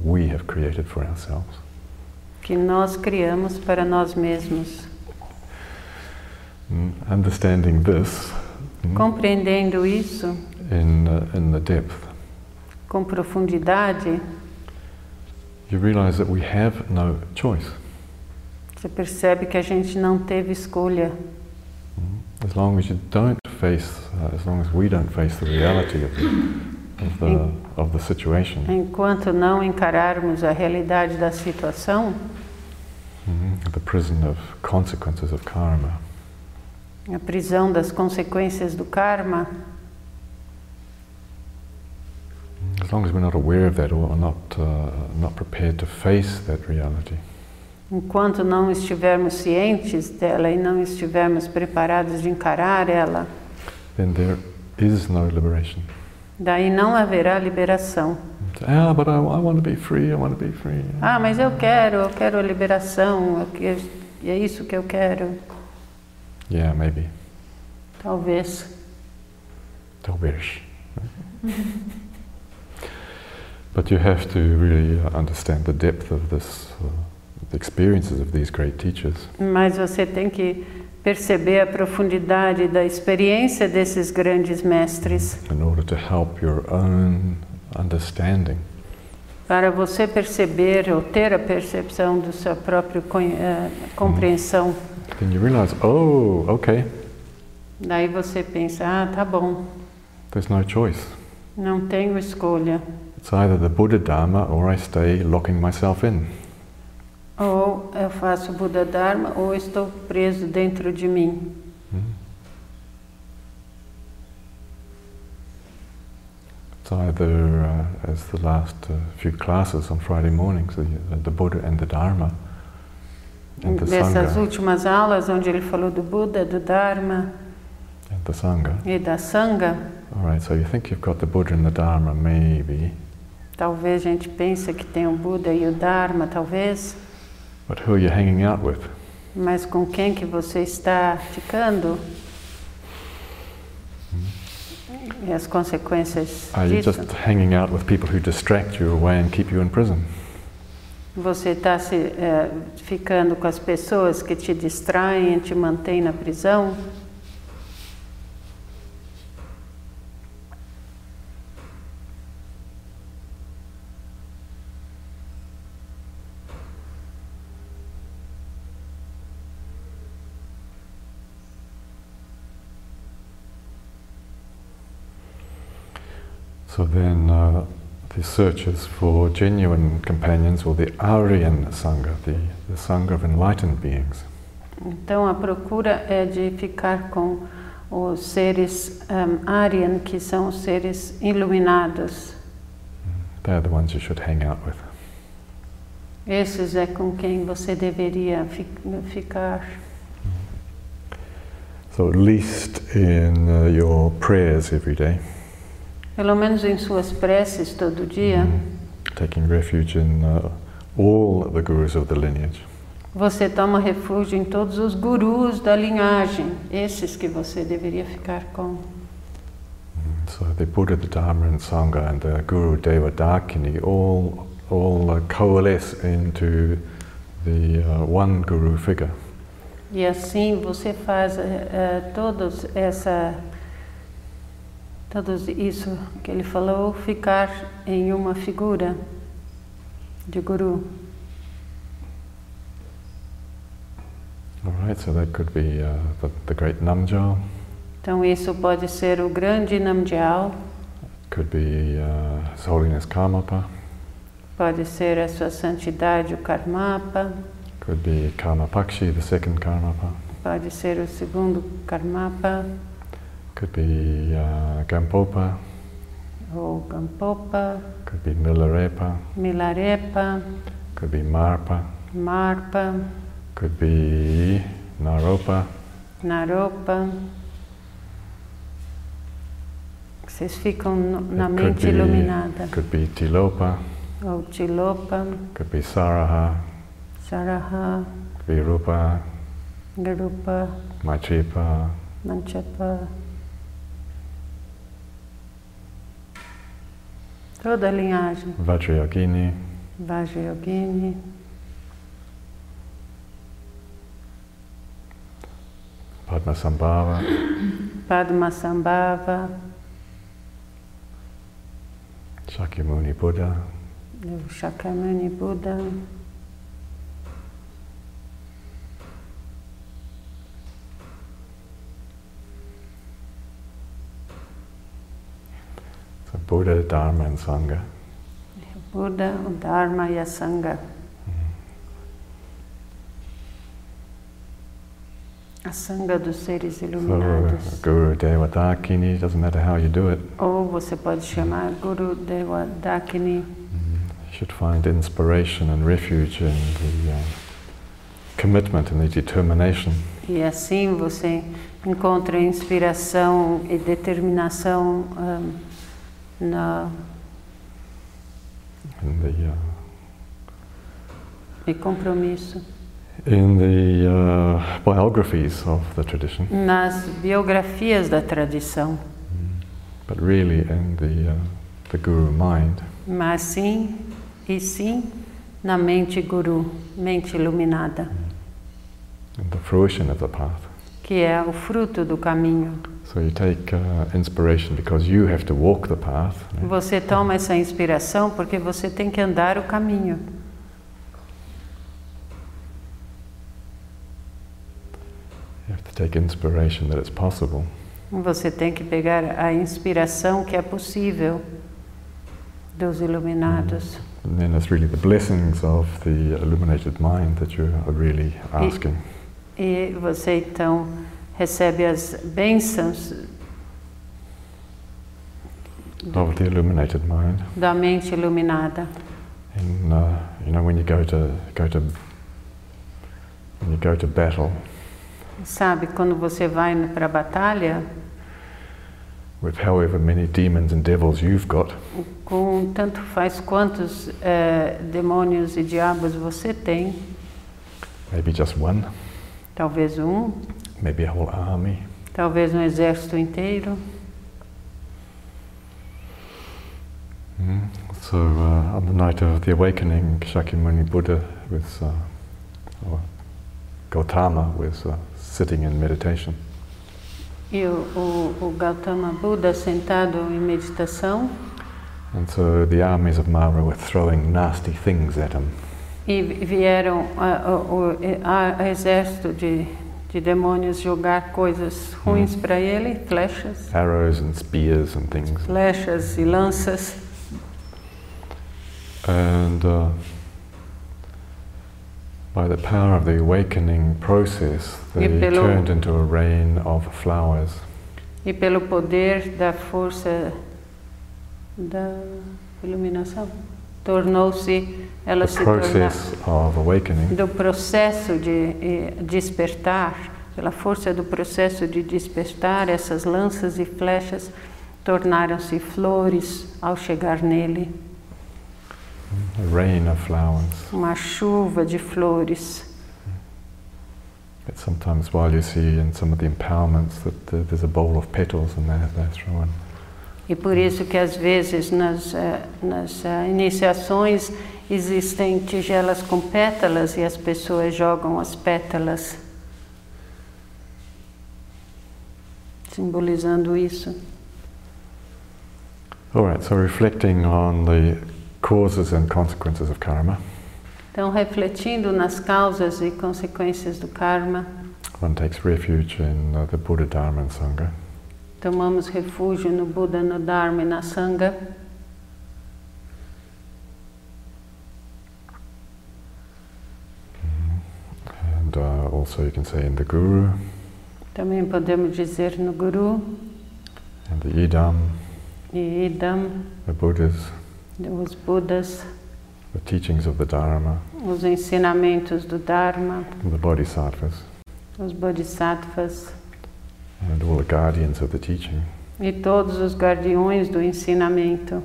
[SPEAKER 2] we have created for ourselves.
[SPEAKER 3] que nós criamos para nós mesmos.
[SPEAKER 2] Mm, Understanding this mm,
[SPEAKER 3] Compreendendo isso
[SPEAKER 2] in, uh, in the depth,
[SPEAKER 3] com profundidade,
[SPEAKER 2] you realize that we have no choice.
[SPEAKER 3] você percebe que a gente não teve escolha.
[SPEAKER 2] As long as you don't face, uh, as long as we don't face the reality of the, of the, of the situation,
[SPEAKER 3] Enquanto não encararmos a realidade da situação,
[SPEAKER 2] mhm, the prison of consequences of karma,
[SPEAKER 3] a prisão das consequências do karma,
[SPEAKER 2] as long as we're not aware of that or are not, uh, not prepared to face that reality,
[SPEAKER 3] enquanto não estivermos cientes dela e não estivermos preparados de encarar ela,
[SPEAKER 2] then there is no liberation.
[SPEAKER 3] daí não haverá liberação.
[SPEAKER 2] It's, ah, but I, I want to be free, I want to be free.
[SPEAKER 3] Ah, mas eu quero, eu quero a liberação, eu que- é isso que eu quero.
[SPEAKER 2] Yeah, maybe.
[SPEAKER 3] Talvez.
[SPEAKER 2] Talvez. but you have to really uh, understand the depth of this, uh, the experiences of these great teachers.
[SPEAKER 3] Mas você tem que perceber a profundidade da experiência desses grandes mestres
[SPEAKER 2] in order to help your own understanding.
[SPEAKER 3] para você perceber ou ter a percepção do seu próprio conhe- eh, compreensão.
[SPEAKER 2] Then you realize, oh, okay,
[SPEAKER 3] Daí você pensa, ah, tá bom,
[SPEAKER 2] there's no choice.
[SPEAKER 3] não tenho escolha.
[SPEAKER 2] It's either the Buddha Dharma or I stay locking myself in.
[SPEAKER 3] Ou eu faço Buda Dharma ou estou preso dentro de mim.
[SPEAKER 2] It's either, uh, as the last uh, few classes on Friday mornings, the, uh, the Buddha and the Dharma and the
[SPEAKER 3] Dessas
[SPEAKER 2] É Sangha.
[SPEAKER 3] últimas aulas onde ele falou do Buda, do Dharma
[SPEAKER 2] And the Sangha.
[SPEAKER 3] e da Sangha,
[SPEAKER 2] All right, so you think you've got the Buddha and the Dharma, maybe,
[SPEAKER 3] talvez a gente pense que tem o Buda e o Dharma, talvez,
[SPEAKER 2] but who are you hanging out with?
[SPEAKER 3] mas com quem que você está ficando? E as consequências
[SPEAKER 2] Are you
[SPEAKER 3] disso?
[SPEAKER 2] Hum. just hanging out with people who distract you away and keep you in prison?
[SPEAKER 3] Você está se eh, ficando com as pessoas que te distraem, te mantêm na prisão?
[SPEAKER 2] So then uh, the search is for genuine companions or the Aryan Sangha, the, the Sangha of enlightened beings.
[SPEAKER 3] Então a procura é de ficar com os seres um, Aryan, que são os seres iluminados.
[SPEAKER 2] They're the ones you should hang out with.
[SPEAKER 3] Esses é com quem você deveria fi- ficar.
[SPEAKER 2] So at least in uh, your prayers every day,
[SPEAKER 3] Pelo menos em suas preces todo dia,
[SPEAKER 2] taking refuge in uh, all the gurus of the lineage.
[SPEAKER 3] Você toma refúgio em todos os gurus da linhagem, esses que você deveria ficar com.
[SPEAKER 2] So the Buddha, the Dharma, and Sangha, and the Guru Devadakini all all uh, coalesce into the uh, one Guru figure.
[SPEAKER 3] E assim você faz eh, eh, todos essa todos isso que ele falou ficar em uma figura de guru.
[SPEAKER 2] All right, so that could be uh, the, the great Namjal,
[SPEAKER 3] Então isso pode ser o grande Namdial,
[SPEAKER 2] could be uh, His Holiness Karmapa,
[SPEAKER 3] pode ser a sua santidade o Karmapa,
[SPEAKER 2] could be Karmapakshi, the second Karmapa,
[SPEAKER 3] pode ser o segundo Karmapa
[SPEAKER 2] could be uh, Gampopa,
[SPEAKER 3] ou Gampopa,
[SPEAKER 2] could be Milarepa,
[SPEAKER 3] Milarepa,
[SPEAKER 2] could be Marpa,
[SPEAKER 3] Marpa,
[SPEAKER 2] could be Naropa.
[SPEAKER 3] Naropa. Vocês ficam no- na
[SPEAKER 2] It could
[SPEAKER 3] mente
[SPEAKER 2] be-
[SPEAKER 3] iluminada.
[SPEAKER 2] Could be Tilopa,
[SPEAKER 3] Ou Tilopa,
[SPEAKER 2] could be Saraha,
[SPEAKER 3] Saraha,
[SPEAKER 2] could be Rupa,
[SPEAKER 3] Garupa,
[SPEAKER 2] Maitripa,
[SPEAKER 3] Manchapa. Toda a linhagem.
[SPEAKER 2] Vajrayogini,
[SPEAKER 3] Vajrayogini.
[SPEAKER 2] Padmasambhava.
[SPEAKER 3] Padmasambhava,
[SPEAKER 2] Shakyamuni Buddha,
[SPEAKER 3] o Shakyamuni Buda,
[SPEAKER 2] so Buddha, Dharma, and Sangha.
[SPEAKER 3] o Buda, o Dharma e a Sangha. A Sangha dos seres
[SPEAKER 2] So, uh,
[SPEAKER 3] iluminados.
[SPEAKER 2] Guru Devatakini, doesn't matter how you do it,
[SPEAKER 3] Ou você pode chamar Guru Dewa Dakini.
[SPEAKER 2] you should find inspiration and refuge in the uh, commitment and the determination.
[SPEAKER 3] E assim você encontra inspiração e determinação ahm, na,
[SPEAKER 2] In the, uh,
[SPEAKER 3] e compromisso.
[SPEAKER 2] in the uh, biographies of the tradition,
[SPEAKER 3] Nas biografias da tradição.
[SPEAKER 2] but really in the, uh, the Guru mind.
[SPEAKER 3] mas sim e sim na mente guru, mente iluminada,
[SPEAKER 2] and The fruition of the path.
[SPEAKER 3] que é o fruto do caminho.
[SPEAKER 2] So you take uh, inspiration because you have to walk the path. right?
[SPEAKER 3] Você toma essa inspiração porque você tem que andar o caminho.
[SPEAKER 2] You have to take inspiration that it's possible.
[SPEAKER 3] Você tem que pegar a inspiração que é possível dos iluminados.
[SPEAKER 2] And then it's really the blessings of the illuminated mind that you are really asking.
[SPEAKER 3] E você então recebe as bênçãos
[SPEAKER 2] Of the illuminated mind.
[SPEAKER 3] da mente iluminada.
[SPEAKER 2] And uh, you know when you go to go to when you go to battle,
[SPEAKER 3] Sabe, quando você vai para a batalha,
[SPEAKER 2] with however many demons and devils you've got,
[SPEAKER 3] com tanto faz quantos eh, demônios e diabos você tem,
[SPEAKER 2] maybe just one,
[SPEAKER 3] talvez um,
[SPEAKER 2] maybe a whole army,
[SPEAKER 3] talvez um exército inteiro.
[SPEAKER 2] Mm. So uh, on the night of the awakening, Shakyamuni Buddha was, uh, or Gautama was uh, sitting in meditation.
[SPEAKER 3] E o, o, o Gautama Buda sentado em meditação,
[SPEAKER 2] And so the armies of Mara were throwing nasty things at him.
[SPEAKER 3] e vi- vieram ah, ah, o eh, ah, exército de, de demônios jogar coisas ruins para ele flechas,
[SPEAKER 2] Arrows and spears and things.
[SPEAKER 3] flechas e lanças.
[SPEAKER 2] And uh, by the power of the awakening process, they
[SPEAKER 3] Yep, hello.
[SPEAKER 2] turned into a rain of flowers.
[SPEAKER 3] E pelo poder da força da iluminação, tornou-se, ela
[SPEAKER 2] The
[SPEAKER 3] se torna,
[SPEAKER 2] process of awakening
[SPEAKER 3] do processo de eh, despertar, pela força do processo de despertar, essas lanças e flechas tornaram-se flores ao chegar nele,
[SPEAKER 2] a rain of flowers.
[SPEAKER 3] uma chuva de flores.
[SPEAKER 2] But sometimes, while you see in some of the empowerments that uh, there's a bowl of petals and they're, they're thrown.
[SPEAKER 3] E por isso que às vezes nas, eh, nas eh, iniciações existem tigelas com pétalas e as pessoas jogam as pétalas, simbolizando isso.
[SPEAKER 2] All right, so reflecting on the causes and consequences of karma,
[SPEAKER 3] Então, refletindo nas causas e consequências do karma,
[SPEAKER 2] one takes refuge in uh, the Buddha, Dharma, and Sangha.
[SPEAKER 3] tomamos refúgio no Buda, no Dharma e na Sangha.
[SPEAKER 2] And uh, also, you can say in the Guru,
[SPEAKER 3] Também podemos dizer no Guru
[SPEAKER 2] and the Idam,
[SPEAKER 3] e Idam,
[SPEAKER 2] the Buddhas,
[SPEAKER 3] os Budas,
[SPEAKER 2] the teachings of the Dharma,
[SPEAKER 3] os ensinamentos do Dharma,
[SPEAKER 2] the Bodhisattvas,
[SPEAKER 3] os Bodhisattvas.
[SPEAKER 2] and all the guardians of the teaching.
[SPEAKER 3] e todos os guardiões do ensinamento,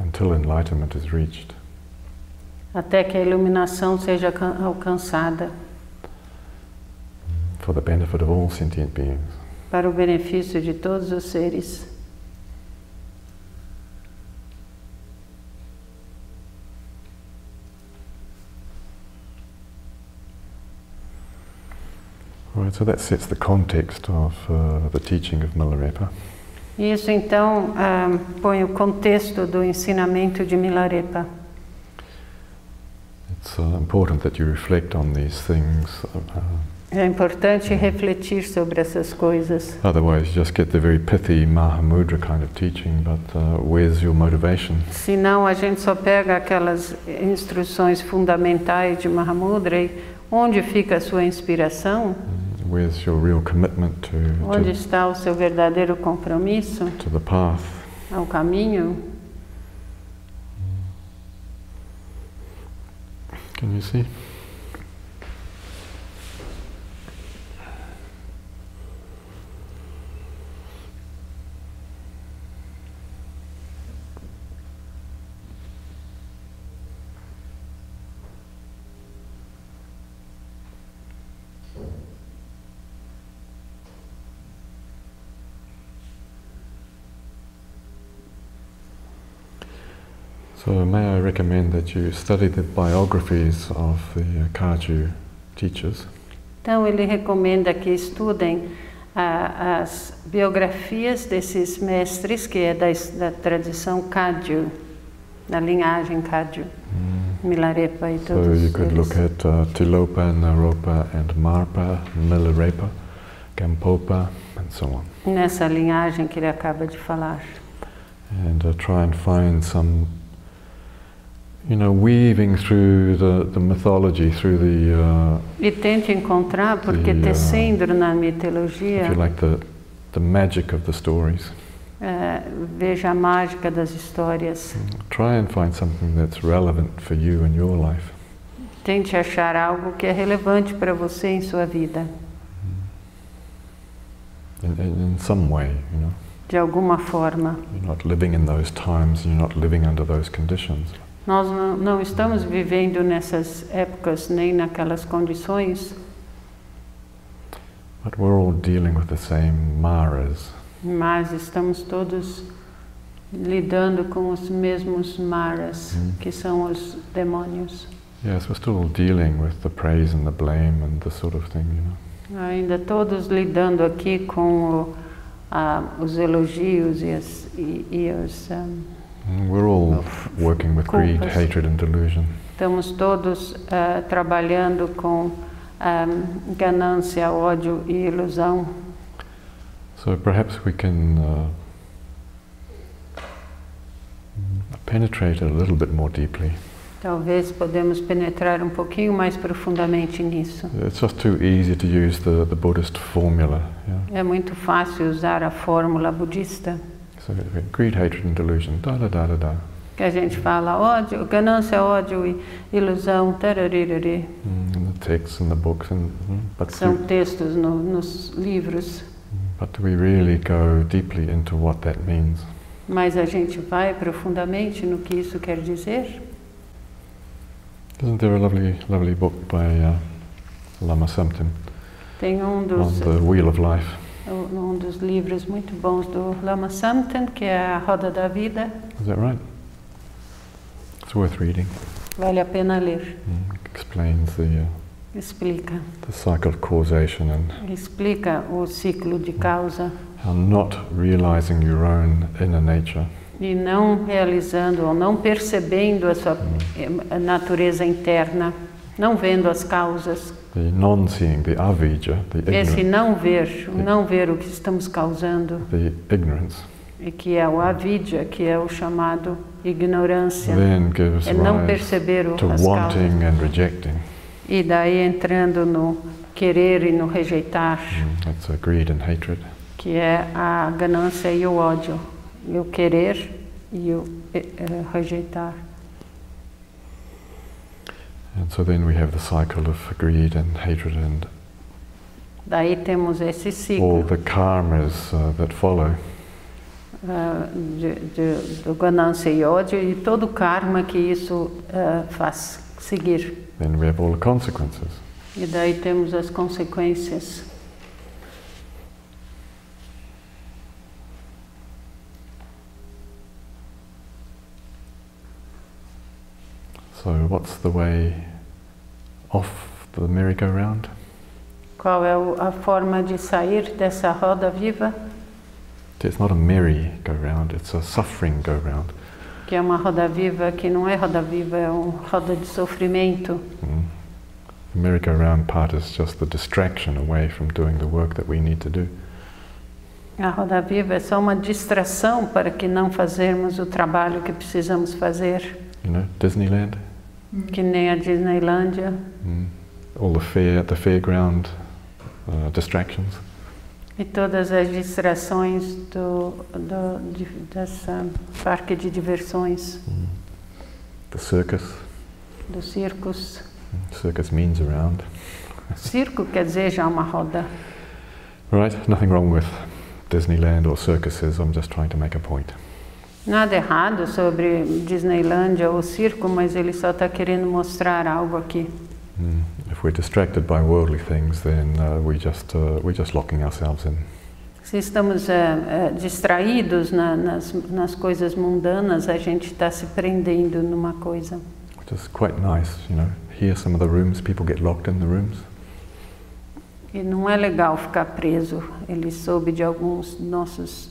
[SPEAKER 2] until enlightenment is reached.
[SPEAKER 3] até que a iluminação seja alcan- alcançada
[SPEAKER 2] for the benefit of all sentient beings.
[SPEAKER 3] para o benefício de todos os seres.
[SPEAKER 2] All right, so that sets the context of uh, the teaching of Milarepa.
[SPEAKER 3] E Isso então ah, põe o contexto do ensinamento de Milarepa.
[SPEAKER 2] It's uh, important that you reflect on these things, uh,
[SPEAKER 3] É importante refletir sobre essas coisas,
[SPEAKER 2] otherwise, you just get the very pithy Mahamudra kind of teaching, but uh, where's your motivation?
[SPEAKER 3] senão a gente só pega aquelas instruções fundamentais de Mahamudra e onde fica a sua inspiração?
[SPEAKER 2] Where's your real commitment to,
[SPEAKER 3] Onde
[SPEAKER 2] to,
[SPEAKER 3] está o seu verdadeiro compromisso
[SPEAKER 2] to the path?
[SPEAKER 3] ao caminho?
[SPEAKER 2] Can you see? So, may I recommend that you study the biographies of the uh, Kagyu teachers?
[SPEAKER 3] Então, ele recomenda que estudem ah, as biografias desses mestres, que é da, es- da tradição Kagyu, da linhagem Kagyu, Milarepa e todos
[SPEAKER 2] So you could
[SPEAKER 3] eles.
[SPEAKER 2] look at uh, Tilopa, Naropa, and Marpa, Milarepa, Gampopa, and so on,
[SPEAKER 3] Nessa linhagem que ele acaba de falar.
[SPEAKER 2] and uh, try and find some, you know, weaving through the, the mythology, through the, uh,
[SPEAKER 3] E tente encontrar, porque
[SPEAKER 2] E, ah,
[SPEAKER 3] tecendo na
[SPEAKER 2] if you
[SPEAKER 3] mitologia,
[SPEAKER 2] like, the, the magic of the stories.
[SPEAKER 3] eh, veja a mágica das histórias.
[SPEAKER 2] Try and find something that's relevant for you in your life.
[SPEAKER 3] Tente achar algo que é relevante para você em sua vida,
[SPEAKER 2] In, in, in some way, you know,
[SPEAKER 3] de alguma forma.
[SPEAKER 2] you're not living in those times, you're not living under those conditions.
[SPEAKER 3] Nós não, não estamos vivendo nessas épocas nem naquelas condições,
[SPEAKER 2] But we're all dealing with the same maras,
[SPEAKER 3] mas estamos todos lidando com os mesmos maras,
[SPEAKER 2] Hum.
[SPEAKER 3] que são os demônios.
[SPEAKER 2] Yes, we're still dealing with the praise and the blame and this sort of thing, you know.
[SPEAKER 3] Ainda todos lidando aqui com o, ah, os elogios e as, e, e os. ah,
[SPEAKER 2] And we're all working with greed,
[SPEAKER 3] Culpas.
[SPEAKER 2] hatred, and delusion.
[SPEAKER 3] estamos todos ah, trabalhando com ah, ganância, ódio e ilusão.
[SPEAKER 2] So perhaps we can uh, penetrate it a little bit more deeply.
[SPEAKER 3] Talvez podemos penetrar um pouquinho mais profundamente nisso.
[SPEAKER 2] It's just too easy to use the, the Buddhist formula. Yeah?
[SPEAKER 3] É muito fácil usar a fórmula budista,
[SPEAKER 2] So we- greed, hatred, and delusion. Da da da da da.
[SPEAKER 3] que a gente fala ódio, ganância, ódio e ilusão, taraririri.
[SPEAKER 2] Mm, and the texts and the books and. mm, But
[SPEAKER 3] São
[SPEAKER 2] do,
[SPEAKER 3] textos no, nos livros,
[SPEAKER 2] but do we really go deeply into what that means?
[SPEAKER 3] mas a gente vai profundamente no que isso quer dizer.
[SPEAKER 2] Isn't there a lovely, lovely book by uh, Lama Samtim
[SPEAKER 3] Tem um
[SPEAKER 2] on
[SPEAKER 3] dos,
[SPEAKER 2] the Wheel of Life?
[SPEAKER 3] um dos livros muito bons do Lama Samten, que é A Roda da Vida,
[SPEAKER 2] Is that right? It's worth reading.
[SPEAKER 3] vale a pena ler.
[SPEAKER 2] Mm, It explains the, uh,
[SPEAKER 3] Explica.
[SPEAKER 2] the cycle of causation and
[SPEAKER 3] Explica o ciclo de causa
[SPEAKER 2] how not realizing your own inner nature
[SPEAKER 3] e não realizando ou não percebendo a sua eh, natureza interna, não vendo as causas.
[SPEAKER 2] the non-seeing, the avijja, the
[SPEAKER 3] Esse
[SPEAKER 2] ignorance,
[SPEAKER 3] não ver, o não ver o que estamos causando,
[SPEAKER 2] the ignorance,
[SPEAKER 3] e que é o avidya, que é o chamado ignorância,
[SPEAKER 2] then gives
[SPEAKER 3] é não
[SPEAKER 2] rise
[SPEAKER 3] perceber o,
[SPEAKER 2] to
[SPEAKER 3] as causas.
[SPEAKER 2] wanting and rejecting.
[SPEAKER 3] E daí entrando no querer e no rejeitar,
[SPEAKER 2] Mm, That's uh, greed and hatred.
[SPEAKER 3] que é a ganância e o ódio, e o querer e o eh, eh, rejeitar.
[SPEAKER 2] And so then we have the cycle of greed and hatred and
[SPEAKER 3] Daí temos esse
[SPEAKER 2] all
[SPEAKER 3] ciclo
[SPEAKER 2] the karmas uh, that follow. Oh.
[SPEAKER 3] ah, de, de, do ganância e ódio e todo o karma que isso ah, faz seguir.
[SPEAKER 2] Then we have all the consequences.
[SPEAKER 3] E daí temos as consequências.
[SPEAKER 2] So what's the way off the merry-go-round?
[SPEAKER 3] Qual é o- a forma de sair dessa roda viva,
[SPEAKER 2] It's not a merry-go-round, it's a suffering-go-round.
[SPEAKER 3] que é uma roda viva que não é roda viva, é uma roda de sofrimento.
[SPEAKER 2] Mm. The merry-go-round part is just the distraction away from doing the work that we need to do.
[SPEAKER 3] A roda viva é só uma distração para que não fazermos o trabalho que precisamos fazer,
[SPEAKER 2] You know, Disneyland,
[SPEAKER 3] que nem a Disneylândia.
[SPEAKER 2] mm. all the fair, the fairground uh, distractions.
[SPEAKER 3] E todas as distrações do, do de, dessa parque de diversões,
[SPEAKER 2] Mm. The circus,
[SPEAKER 3] dos circos.
[SPEAKER 2] Mm, circus means around.
[SPEAKER 3] Circo quer dizer já uma roda.
[SPEAKER 2] Right, nothing wrong with Disneyland or circuses, I'm just trying to make a point.
[SPEAKER 3] Nada errado sobre Disneylândia ou circo, mas ele só está querendo mostrar algo aqui.
[SPEAKER 2] Mm. If we're distracted by worldly things, then uh, we just, uh, we're just locking ourselves in.
[SPEAKER 3] Se estamos eh, eh, distraídos na- nas, nas coisas mundanas, a gente está se prendendo numa coisa.
[SPEAKER 2] which is quite nice, you know. Here, some of the rooms, people get locked in the rooms.
[SPEAKER 3] E não é legal ficar preso. Ele soube de alguns nossos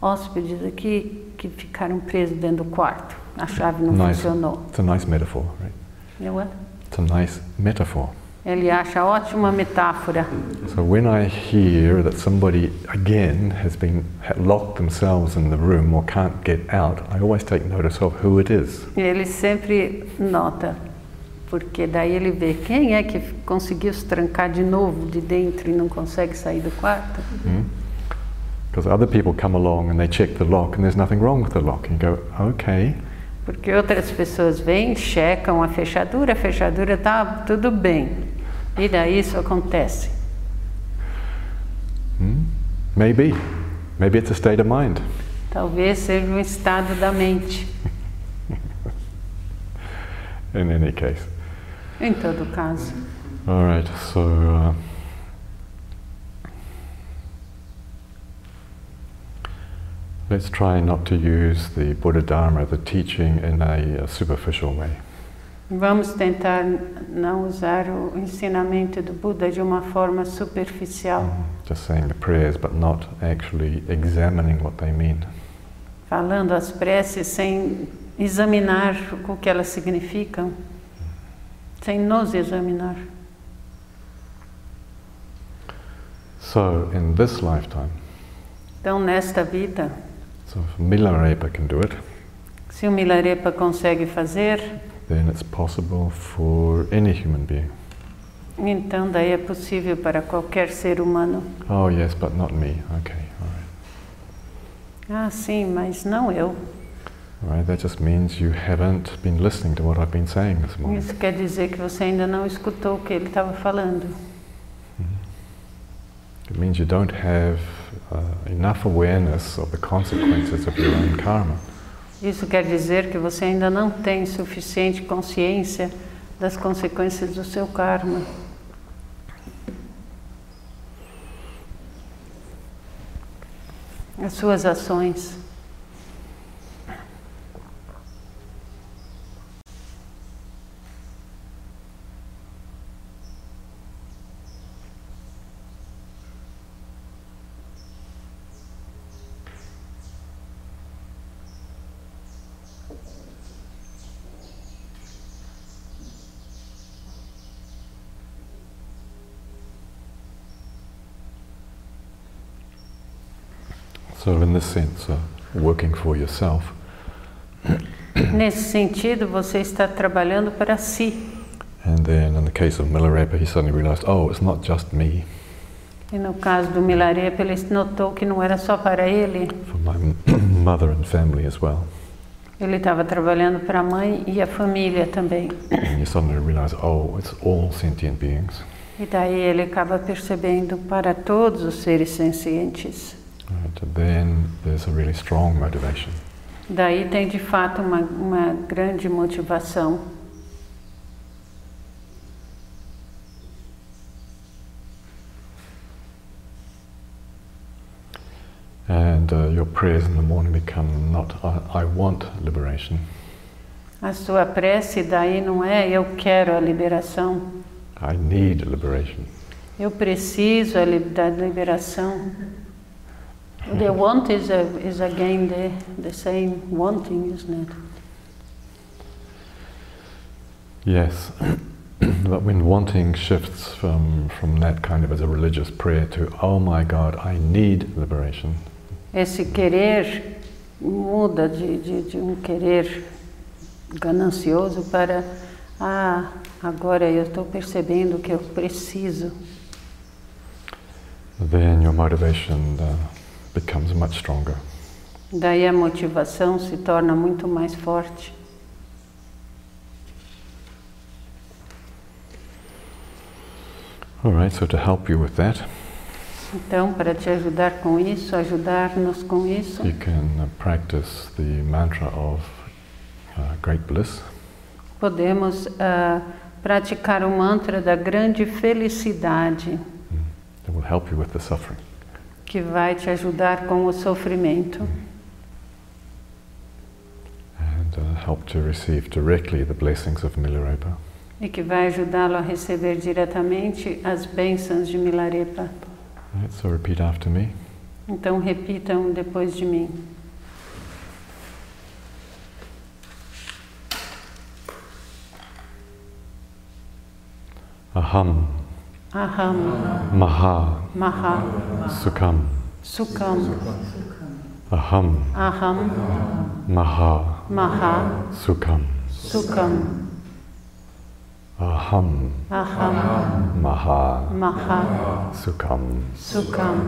[SPEAKER 3] hóspedes aqui que ficaram presos dentro do quarto. A chave não
[SPEAKER 2] Nice.
[SPEAKER 3] funcionou.
[SPEAKER 2] It's a nice metaphor, right?
[SPEAKER 3] Eu- ah,
[SPEAKER 2] It's a nice metaphor.
[SPEAKER 3] Ele acha ótima metáfora.
[SPEAKER 2] So when I hear that somebody again has been ha- locked themselves in the room or can't get out, I always take notice of who it is.
[SPEAKER 3] Ele sempre nota, porque daí ele vê quem é que conseguiu se trancar de novo de dentro e não consegue sair do quarto.
[SPEAKER 2] Because other people come along and they check the lock and there's nothing wrong with the lock. And you go, okay,
[SPEAKER 3] Porque outras pessoas vêm, checam a fechadura, a fechadura tá tudo bem. E daí isso acontece.
[SPEAKER 2] maybe. Maybe it's a state of mind.
[SPEAKER 3] Talvez seja um estado da mente.
[SPEAKER 2] In any case.
[SPEAKER 3] Em todo caso,
[SPEAKER 2] All right, so uh, let's try not to use the Buddha Dharma, the teaching, in a, uh superficial way.
[SPEAKER 3] vamos tentar não usar o ensinamento do Buda de uma forma superficial,
[SPEAKER 2] Just saying the prayers, but not actually examining what they mean.
[SPEAKER 3] falando as preces sem examinar o que elas significam, sem nos examinar.
[SPEAKER 2] So, in this lifetime,
[SPEAKER 3] Então, nesta vida,
[SPEAKER 2] so if Milarepa can do it,
[SPEAKER 3] se o Milarepa consegue fazer,
[SPEAKER 2] then it's possible for any human being.
[SPEAKER 3] então daí é possível para qualquer ser humano.
[SPEAKER 2] Oh, yes, but not me. Okay, all right.
[SPEAKER 3] Ah, sim, mas não eu.
[SPEAKER 2] All right, that just means you haven't been listening to what I've been saying this morning.
[SPEAKER 3] Isso quer dizer que você ainda não escutou o que ele estava falando.
[SPEAKER 2] It means you don't have uh, enough awareness of the consequences of your own karma.
[SPEAKER 3] Isso quer dizer que você ainda não tem suficiente consciência das consequências do seu karma. As suas ações.
[SPEAKER 2] So, in this sense, uh, working for yourself,
[SPEAKER 3] Nesse sentido, você está trabalhando para si.
[SPEAKER 2] and then in the case of Milarepa, he suddenly realized, oh, it's not just me.
[SPEAKER 3] E no caso do Milarepa, ele notou que não era só para ele,
[SPEAKER 2] for my m- mother and family as well.
[SPEAKER 3] ele estava trabalhando para a mãe e a família também.
[SPEAKER 2] And you suddenly realize, oh, it's all sentient beings.
[SPEAKER 3] E daí ele acaba percebendo para todos os seres sencientes.
[SPEAKER 2] And then there's a really strong motivation.
[SPEAKER 3] Daí tem de fato uma, uma grande motivação.
[SPEAKER 2] And uh, your prayers in the morning become not, I, I want liberation,
[SPEAKER 3] A sua prece daí não é eu quero a liberação,
[SPEAKER 2] I need liberation.
[SPEAKER 3] eu preciso a li- da liberação. The want is, a, is again the, the same wanting, isn't it?
[SPEAKER 2] Yes. but when wanting shifts from, from that kind of as a religious prayer to, oh my God, I need liberation,
[SPEAKER 3] Esse querer muda de, de, de um querer ganancioso para ah, agora eu estou percebendo que eu preciso.
[SPEAKER 2] then your motivation uh, becomes much stronger.
[SPEAKER 3] Daí a motivação se torna muito mais forte.
[SPEAKER 2] All right, so to help you with that,
[SPEAKER 3] Então, para te ajudar com isso, ajudar-nos com isso,
[SPEAKER 2] You can uh, practice the mantra of uh, great bliss,
[SPEAKER 3] podemos ah, praticar o mantra da grande felicidade,
[SPEAKER 2] that will help you with the suffering.
[SPEAKER 3] que vai te ajudar com o sofrimento
[SPEAKER 2] And uh, help to receive directly the blessings of Milarepa.
[SPEAKER 3] e que vai ajudá-lo a receber diretamente as bênçãos de Milarepa.
[SPEAKER 2] Right, so repeat after me.
[SPEAKER 3] Então repitam depois de mim.
[SPEAKER 2] Aham
[SPEAKER 3] Aham,
[SPEAKER 2] maha
[SPEAKER 3] Maha,
[SPEAKER 2] sukham.
[SPEAKER 3] Sukham.
[SPEAKER 2] Aham
[SPEAKER 3] Aham,
[SPEAKER 2] maha
[SPEAKER 3] Maha,
[SPEAKER 2] sukham.
[SPEAKER 3] Sukham.
[SPEAKER 2] Aham
[SPEAKER 3] Aham,
[SPEAKER 2] maha
[SPEAKER 3] Maha,
[SPEAKER 2] sukham.
[SPEAKER 3] Sukham.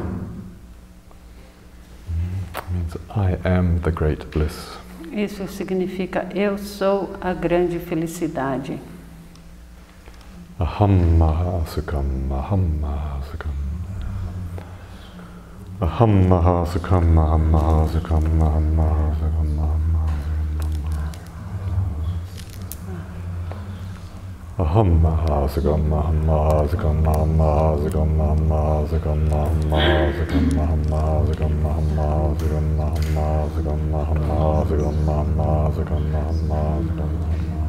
[SPEAKER 2] means I am the great bliss.
[SPEAKER 3] Isso significa eu sou a grande felicidade.
[SPEAKER 2] Aham maha sukham. Aham maha sukham. Aham maha sukham. Aham maha sukham. Aham maha sukham. Aham maha sukham. Aham maha sukham. Aham maha sukham. Aham maha sukham. Aham maha sukham. Aham maha sukham. Aham maha sukham. Aham maha sukham. Aham maha sukham. Aham maha sukham. Aham maha sukham. Aham maha sukham.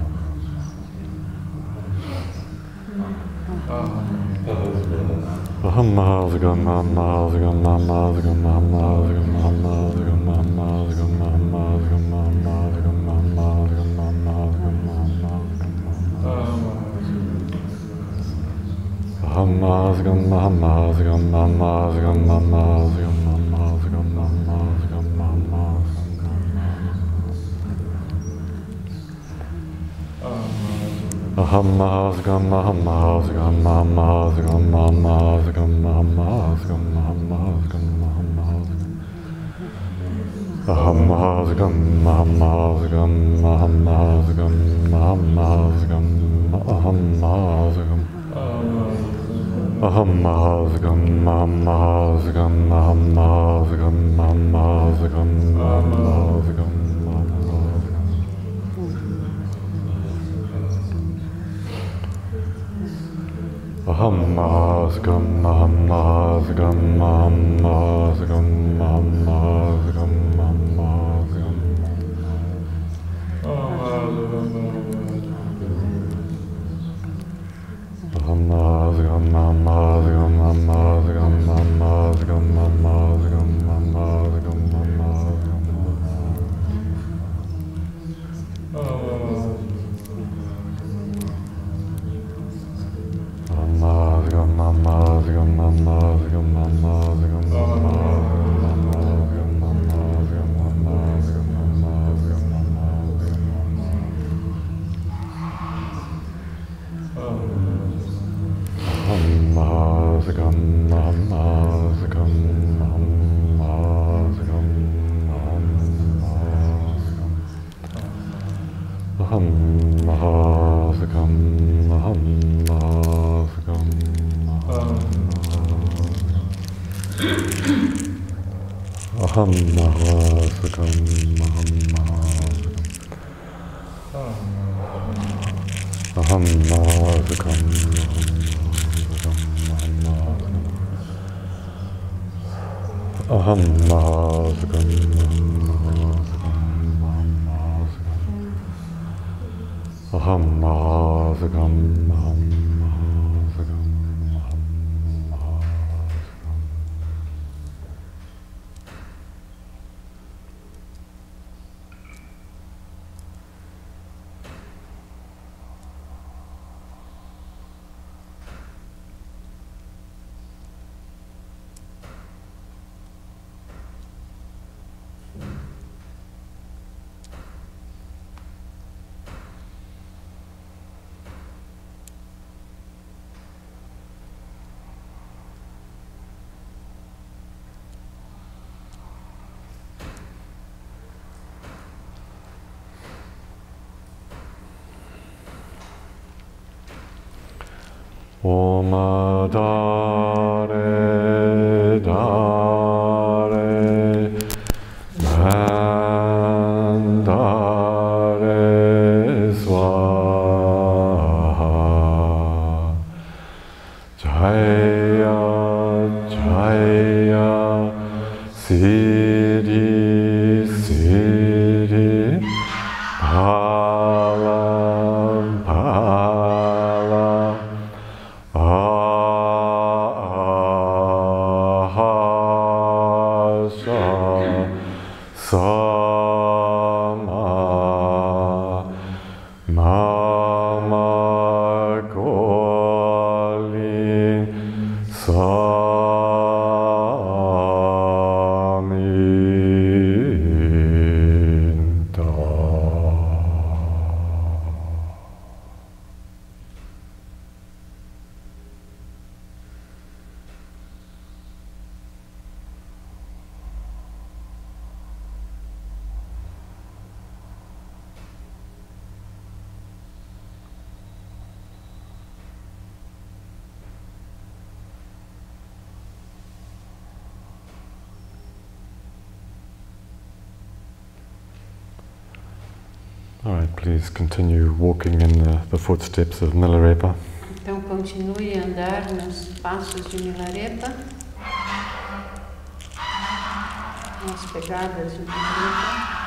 [SPEAKER 2] Aham maha sukham. Aham maha sukham. Aham maha sukham. Aham maha sukham. Aham maha sukham. Aham maha sukham. Aham maha sukham. Aham maha sukham. Aham maha sukham. Aham maha sukham. Aham maha sukham. Hamazgam, hamazgam, hamazgam, hamazgam, hamazgam, hamazgam, hamazgam. Hamazgam, hamazgam, hamazgam, hamazgam, hamazgam, hamazgam, hamazgam. Hamazgam, hamazgam, hamazgam, hamazgam, hamazgam. Aham mahazgam aham mahazgam aham mahazgam aham mahazgam aham mahazgam aham mahazgam Hamas, gam, hamas, gam, hamas, gam, hamas, gam, hamas, gam. Hamas, gam, hamas, gam, hamas, gam, hamas, gam, hamas, gam, hamas, gam, hamas, gam, hamas. Hamas, gam, hamas, gam, hamas, gam, hamas, gam, hamas, gam, hamas, gam, hamas, gam, hamas, gam, hamas, gam, hamas, gam, hamas. Hamas, gam, hamas, gam, hamas, gam, hamas, gam. Hamas, gam, hamas, gam, hamas, gam, hamas, gam. Aham Mahasakam. Aham Mahasakam. Aham Mahasakam. Aham Mahasakam. Oma dare dare mandare swaha jaya jaya siddhi siddhi palam palam Ahasa Sama Mama Kolin Saminta
[SPEAKER 4] All right, please continue walking in the, the footsteps of Milarepa.
[SPEAKER 3] Então continue a andar nos passos de Milarepa, nas pegadas de Milarepa.